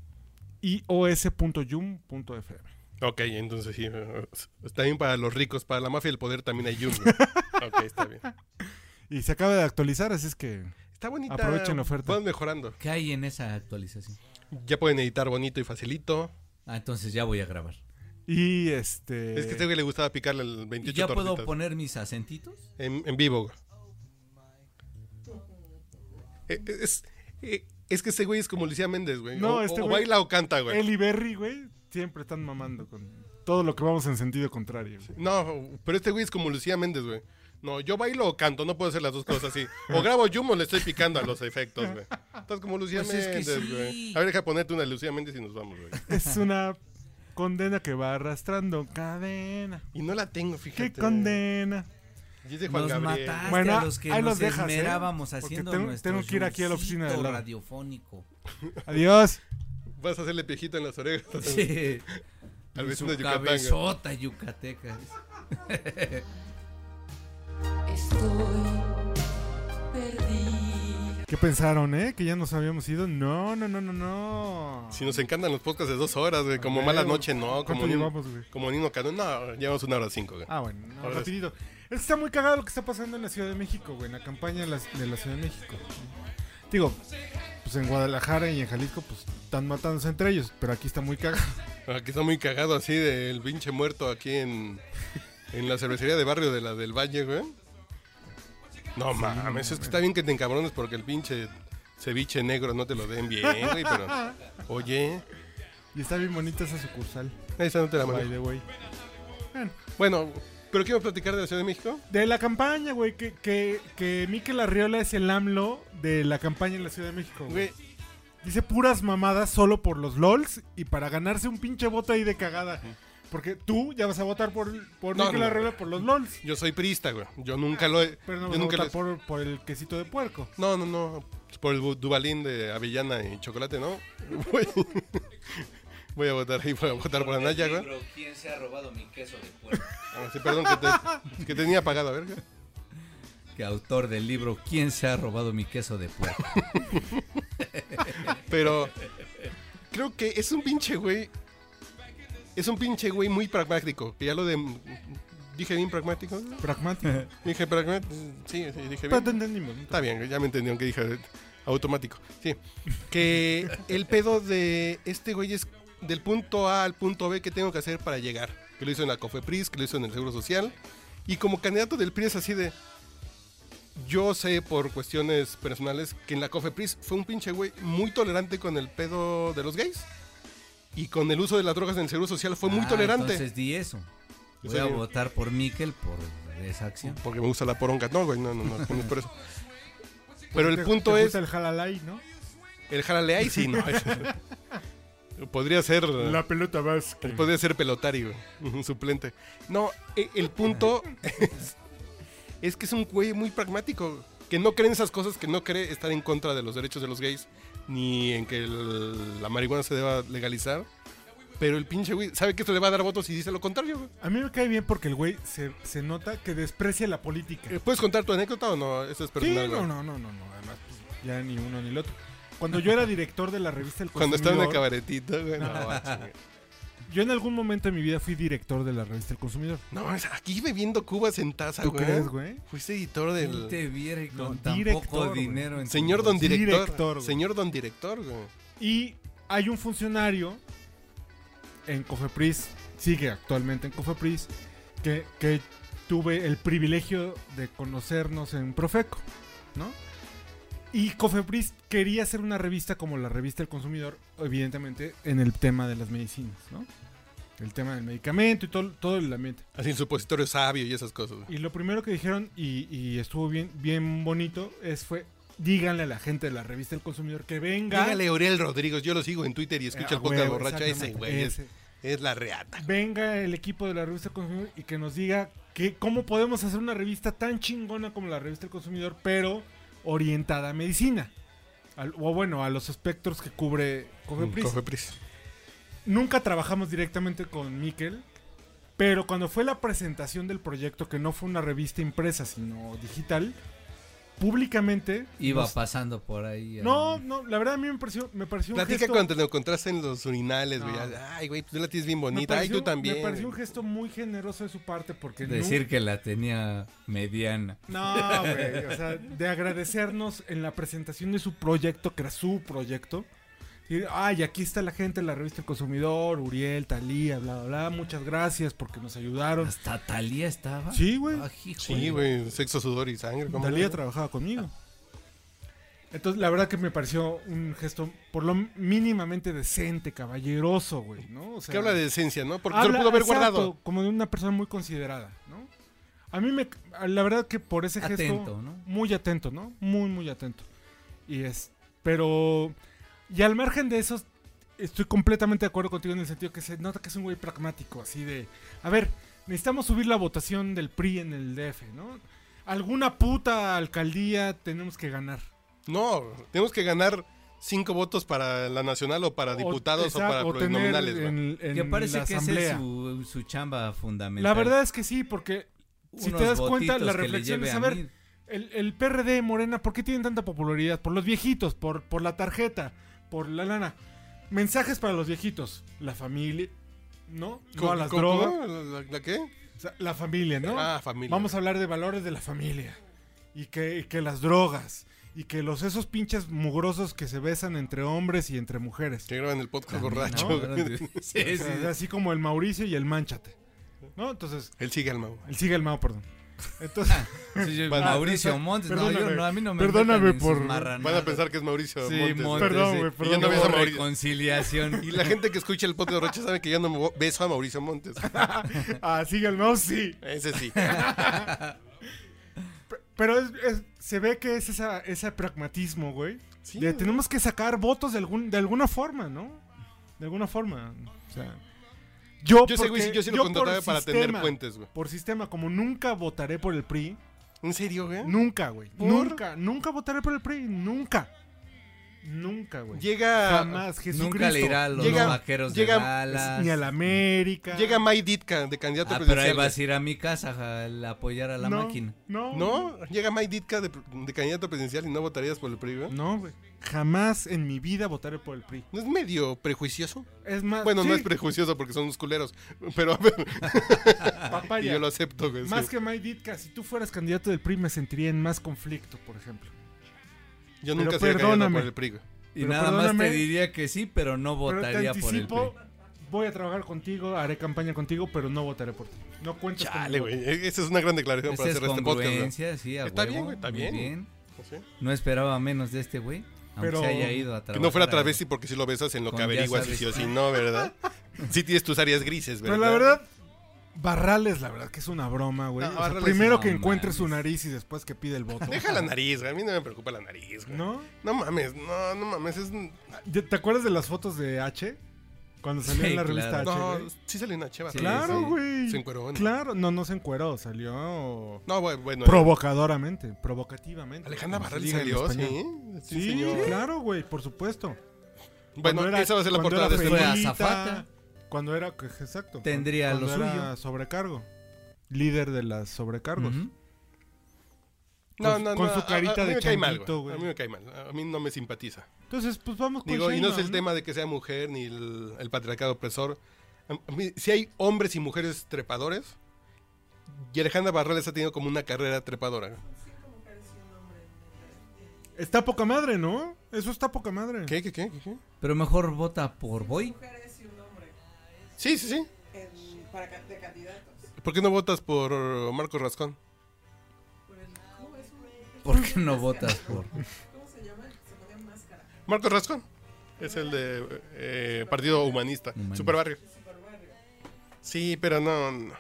ios.yum.fm. ok, entonces sí. eh, Está bien para los ricos, para la mafia del poder también hay yum. güey. ok, está bien. Y se acaba de actualizar, así es que Está bonita. Aprovechen la oferta. Van mejorando. ¿Qué hay en esa actualización? Ya pueden editar bonito y facilito. Ah, entonces ya voy a grabar. Y este. es que a este güey le gustaba picarle el ¿Y 28 ya puedo tortitas. poner mis acentitos? En, en vivo. güey. Eh, eh, Es, eh, es que este güey es como Lucía Méndez, güey. No, o, este o güey- baila o canta, güey. Eli Berry, güey, siempre están mamando con todo lo que vamos en sentido contrario. güey. No, pero este güey es como Lucía Méndez, güey. No, yo bailo o canto, no puedo hacer las dos cosas así. O grabo Yumo o le estoy picando a los efectos, güey. Estás como Lucía Pues es que Méndez, sí. güey. A ver, deja ponerte una Lucía Méndez y nos vamos, güey. Es una condena que va arrastrando cadena. Y no la tengo, fíjate. ¡Qué condena! Y es de Juan Nos Gabriel. mataste Bueno, a los que ahí nos los dejas, ¿eh? esmerábamos Porque haciendo tengo- nuestro tengo que ir aquí a la oficina de showcito Lara. radiofónico. Adiós. Vas a hacerle piejita en las orejas. Sí. Al Y vecino su de Yucatán, güey. cabezota yucateca. ¿Qué pensaron, eh? ¿Que ya nos habíamos ido? No, no, no, no, no. Si nos encantan los podcasts de dos horas, güey. Como Güey, Mala güey. Noche, no. ¿Cuánto Como Nino, llevamos, güey? como Nino Cano. No, llevamos una hora cinco, güey. Ah, bueno, no, Ahora sí. rapidito. Es que está muy cagado lo que está pasando en la Ciudad de México, güey, en la campaña de la, de la Ciudad de México. Digo, pues en Guadalajara y en Jalisco, pues están matándose entre ellos, pero aquí está muy cagado. Aquí está muy cagado así del pinche muerto aquí en, en la cervecería de barrio de la del Valle, güey. No mames, es que está bien que te encabrones porque el pinche ceviche negro no te lo den bien, güey, pero... Oye, Y está bien bonita esa sucursal. esa no te la by mandé. the way. Bueno, ¿pero qué iba a platicar de la Ciudad de México? De la campaña, güey, que, que, que Miquel Arriola es el AMLO de la campaña en la Ciudad de México, güey. Güey, Dice puras mamadas solo por los LOLs y para ganarse un pinche voto ahí de cagada. Porque tú ya vas a votar por, por No, Miquel no, no. Arriola por los LOLs. yo soy priista, güey. Yo nunca lo he... Pero no yo vas a nunca votar lo he- por, por el quesito de puerco. No, no, no. Por el bu- Dubalín de avellana y chocolate, ¿no? <laughs> Voy, voy a votar ahí, voy a votar por Anaya, güey. ¿Quién se ha robado mi queso de <laughs> puerco? Ah, sí, perdón, que, te- que tenía apagado, a ver, güey. Que autor del libro ¿Quién se ha robado mi queso de puerco? Pero creo que es un pinche güey. Es un pinche güey muy pragmático. Que ya lo de. Dije bien pragmático. Pragmático. <laughs> Dije pragmático. Sí, sí, dije Pero te bien. entendimos. Está bien, ya me entendieron que dije. Automático. Sí. Que el pedo de este güey es del punto A al punto B que tengo que hacer para llegar. Que lo hizo en la COFEPRIS, que lo hizo en el Seguro Social. Y como candidato del PRI es así de. Yo sé por cuestiones personales que en la COFEPRIS fue un pinche güey muy tolerante con el pedo de los gays. Y con el uso de las drogas en el Seguro Social <laughs> fue muy Ah, tolerante. Entonces di eso. Yo Voy a soy- votar por Miquel por esa acción. Porque me gusta la poronga. No, güey, no, no, no, no es <laughs> por eso. Pero el punto es. el jalalay, ¿no? El jálale ahí sí, no. Podría ser. La pelota vasca. Podría ser pelotari, güey. Un suplente. No, e- el punto es, es que es un güey muy pragmático. Que no cree en esas cosas, que no cree estar en contra de los derechos de los gays, ni en que el- la marihuana se deba legalizar. Pero el pinche güey sabe que esto le va a dar votos y dice lo contrario, güey. A mí me cae bien porque el güey se, se nota que desprecia la política. Eh, ¿Puedes contar tu anécdota o no? Eso es personal. sí, güey. no, no, no, no, no. Además, pues, ya ni uno ni el otro. Cuando yo era director de la revista El <laughs> Cuando Consumidor. estaba en el cabaretito, güey. No, pues No. chinga. Yo en algún momento de mi vida fui director de la revista El Consumidor. No, es aquí bebiendo cubas en taza, ¿Tú güey. crees, güey? Fuiste editor Ni del. te viera y con No, tan director, poco güey. dinero en tu Señor don bolsillo. director. Director, güey. señor don director, güey. Y hay un funcionario en Cofepris, sigue actualmente en Cofepris, que, que tuve el privilegio de conocernos en Profeco, ¿no? Y Cofepris quería hacer una revista como la revista El Consumidor, evidentemente, en el tema de las medicinas, ¿no? El tema del medicamento y todo, todo el ambiente. Así el supositorio sabio y esas cosas. güey. Y lo primero que dijeron, y, y estuvo bien, bien bonito, es fue, díganle a la gente de la revista El Consumidor que venga. Dígale a Uriel Rodríguez, yo lo sigo en Twitter y escucho Ah, el podcast huevo, borracha ese, exactamente, güey. Es, ese. es la reata. venga el equipo de la revista El Consumidor y que nos diga que cómo podemos hacer una revista tan chingona como la revista El Consumidor, pero orientada a medicina. Al- o bueno, a los espectros que cubre Mm, Cofepris. Cofepris. Nunca trabajamos directamente con Miquel, pero cuando fue la presentación del proyecto, que no fue una revista impresa, sino digital, públicamente... Iba nos- pasando por ahí. No, no, la verdad a mí me pareció, me pareció un Platica gesto- cuando te lo encontraste en los urinales, güey. No. Ay, güey, tú la tienes bien me bonita. pareció- Ay, tú también. Me pareció un güey. gesto muy generoso de su parte porque... nunca- Decir que la tenía mediana. No, güey. O sea, de agradecernos en la presentación de su proyecto, que era su proyecto. Y, ay, aquí está la gente de la revista El Consumidor, Uriel, Talía, bla, bla, bla. Muchas gracias porque nos ayudaron. Hasta Talía estaba. Sí, güey. Ah, hijo Sí, de- güey, sexo, sudor y sangre. ¿cómo Talía no? trabajaba conmigo. Entonces, la verdad que me pareció un gesto por lo mínimamente decente, caballeroso, güey, ¿no? O sea, Que habla de decencia, ¿no? Porque se lo habla- pudo haber exacto, guardado. Como de una persona muy considerada, ¿no? A mí me. La verdad que por ese gesto. Atento, ¿no? Muy atento, ¿no? Muy, muy atento. Y es. Pero. Y al margen de eso, estoy completamente de acuerdo contigo en el sentido que se nota que es un güey pragmático, así de. A ver, necesitamos subir la votación del PRI en el DF, ¿no? Alguna puta alcaldía tenemos que ganar. No, tenemos que ganar cinco votos para la nacional o para diputados o, exacto, para tener plurinominales, güey. en- en Que parece la que esa asamblea. es su, su chamba fundamental. La verdad es que sí, porque si Unos te das cuenta, votitos la que le reflexión lleve es, a a ver, mí. el, el PRD, Morena, ¿por qué tienen tanta popularidad? Por los viejitos, por, por la tarjeta, por la lana. Mensajes para los viejitos, la familia, ¿no? No a las ¿Cómo? drogas. ¿La, la qué? O sea, la familia, ¿no? Ah, familia. Vamos a hablar de valores de la familia. Y que, y que las drogas. Y que los esos pinches mugrosos que se besan entre hombres y entre mujeres. Que graban el podcast También, borracho. ¿no? güey. Sí, O <laughs> sí. sea, Así como el Mauricio y el Manchate. ¿No? Entonces, <laughs> Él sigue al mago. el sigue el Mao, perdón. <laughs> Entonces, Sí, yo- Van a- Mauricio Montes. No, yo Perdóname. no, a mí no me Perdóname metan en sus por- marranadas. Van a pensar que es Mauricio Sí, Montes. Montes, Perdón, sí. güey, Y perdón. yo no Hubo ves a Mauricio. Y reconciliación. la gente que escucha el podcast de Rocha sabe que yo no me beso a <laughs> Mauricio Montes. ah, sigue el Mao, sí. Ese sí. Pero es- es- se ve que es esa, ese pragmatismo, güey. Sí, de, güey. tenemos que sacar votos de, algún, de alguna forma, ¿no? De alguna forma. O sea, yo, Yo sé, güey, porque- sí, yo sí lo por contrataba para tener sistema, puentes, güey. Por sistema, como nunca votaré por el PRI. ¿En serio, güey? Nunca, güey. ¿Eh? ¿Por? Nunca, nunca votaré por el PRI. Nunca. Nunca, güey. Llega. Jamás, Jesucristo. Nunca le irá a los Llega- vaqueros llega- de Dallas. Ni a la América. Llega May Ditka de candidato Ah, pero ahí presidencial. vas a ir a mi casa a apoyar a la No, máquina. No. No, llega May Ditka de, de candidato presidencial y no votarías por el PRI, güey. No, güey. Jamás en mi vida votaré por el PRI. ¿No es medio prejuicioso? Es más, Bueno, no sí, es prejuicioso porque son unos culeros. Pero a ver, y papaya. yo lo acepto, güey. Más sí. que May Ditka, si tú fueras candidato del PRI me sentiría en más conflicto, por ejemplo. Yo Pero nunca sería candidato perdóname. por el PRI, güey. Y Pero nada más perdóname, te diría que sí, pero no pero te votaría por el anticipo, Voy a trabajar contigo, haré campaña contigo, pero no votaré por ti. No cuentes Dale, conmigo. güey. e- Esa es una gran declaración Esa para es hacer este podcast. güey. congruencia, sí, a está huevo, bien, güey, está muy bien. bien. Pues sí. No esperaba menos de este güey, aunque Pero- se haya ido a Que trabajar. no fuera a- travesti porque si lo besas en lo Con que ya averiguas y sabes. sí o sí no, ¿verdad? <laughs> Sí tienes tus áreas grises, ¿verdad? Pero la verdad, Barrales, la verdad que es una broma, güey. No, O sea, Barrales primero no que encuentre mames. su nariz y después que pide el <laughs> voto. Deja la nariz, güey. A mí no me preocupa la nariz, güey. ¿No? No mames, no, no mames. Es... ¿Te te acuerdas de las fotos de H? Cuando salió Sí, en la claro. revista H. No, güey. sí salió una cheva. Sí, claro, sí. güey. Se encueró, ¿no? Claro, no, no se encueró, salió. No, güey, bueno. Provocadoramente, provocativamente. Alejandra Como se Barrales diga en salió, español. sí. Sí, señor. claro, güey, por supuesto. Bueno, Cuando era- esa va a ser la cuando portada era de este Fue podcast. Felita, azafata. Cuando era, que- exacto. Tendría cuando lo era suyo. sobrecargo. Líder de las sobrecargos. Ujú. No, con- no, no. con su a- a- carita a mí de me cae mal, changuito, güey. A güey. mí me cae mal. A mí no me simpatiza. Entonces, pues vamos con Digo, y no es el Sheinbaum, tema de que sea mujer ni el, el patriarcado opresor. si hay hombres y mujeres trepadores, y Alejandra Barrales ha tenido como una carrera trepadora. Está poca madre, ¿no? Eso está poca madre. ¿Qué, qué, qué? qué, qué? Pero mejor vota por Boy. mujeres y un hombre Sí, sí, sí. en- para, ca- de candidatos. ¿Por qué no votas por Marco Rascón? Por el- ¿cómo es? Un- ¿Por qué no votas por? ¿Cómo se llama? Se ponía máscara. Marco Rascón es el de eh, Partido Humanista, Humanista. Superbarrio. Sí, pero no, no.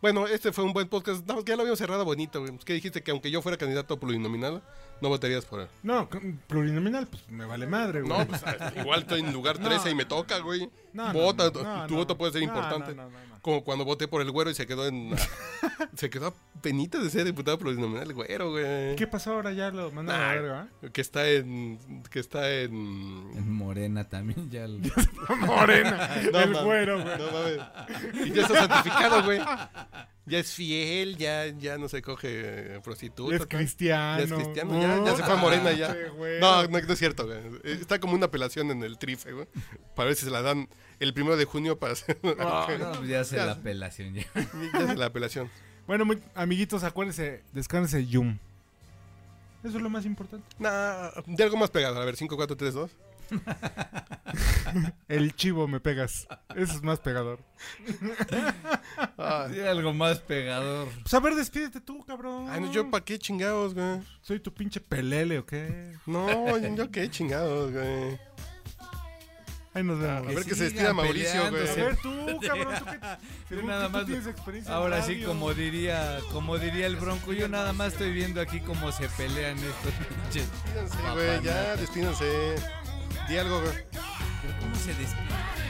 Bueno, este fue un buen podcast. No, ya lo habíamos cerrado bonito, güey. Pues, ¿Qué dijiste? Que aunque yo fuera candidato plurinominal, no votarías por él. No, c- plurinominal, pues me vale madre, güey. No, pues ah, igual estoy en lugar 13 y me toca, güey. No, no, Vota, no, tu- no, tu no. voto puede ser No, importante. no, no, no, no. Como cuando voté por el güero y se quedó <laughs> en. se quedó a penita de ser diputado plurinominal, el güero, güey. ¿Qué pasó ahora? Ya lo mandan a Ah, la verga, ¿eh? Que está en. Que está en. En Morena también <laughs> ya. lo- Morena, No, el mames, güero, güey. No mames. Y ya está santificado, güey. Ya es fiel, ya, ya no se coge eh, prostituta. Es tal. cristiano. Ah, Ya es cristiano, ya, ya se fue a Morena ya. Pinche güero. No, no, no es cierto, güey. Está como una apelación en el trife, güey. Para ver si se la dan el primero de junio para hacer. Ah, <laughs> No, pues ya se Ya. la apelación ya. Ya se la apelación. Bueno, muy- amiguitos, acuérdense, descanse Yum. Eso es lo más importante. Nah, de algo más pegado. A ver, 5, 4, 3, 2. El chivo me pegas. Eso es más pegador. Ah, Sí, algo más pegador. Pues a ver, despídete tú, cabrón. Ay, no, yo pa' qué chingados, güey. Soy tu pinche pelele, ¿o qué? No, yo qué chingados, güey. Ahí nos A vemos. ver Que que se despida sigan Mauricio, güey. A peleándose. ver, tú, cabrón, tú que según nada tú más- tienes experiencia en Ahora sí, radio. como diría, como diría el Bronco, yo nada más estoy viendo aquí cómo se pelean estos <laughs> pinches. Despídanse, güey, ya, despídanse. Di algo, güey. ¿Cómo se despide?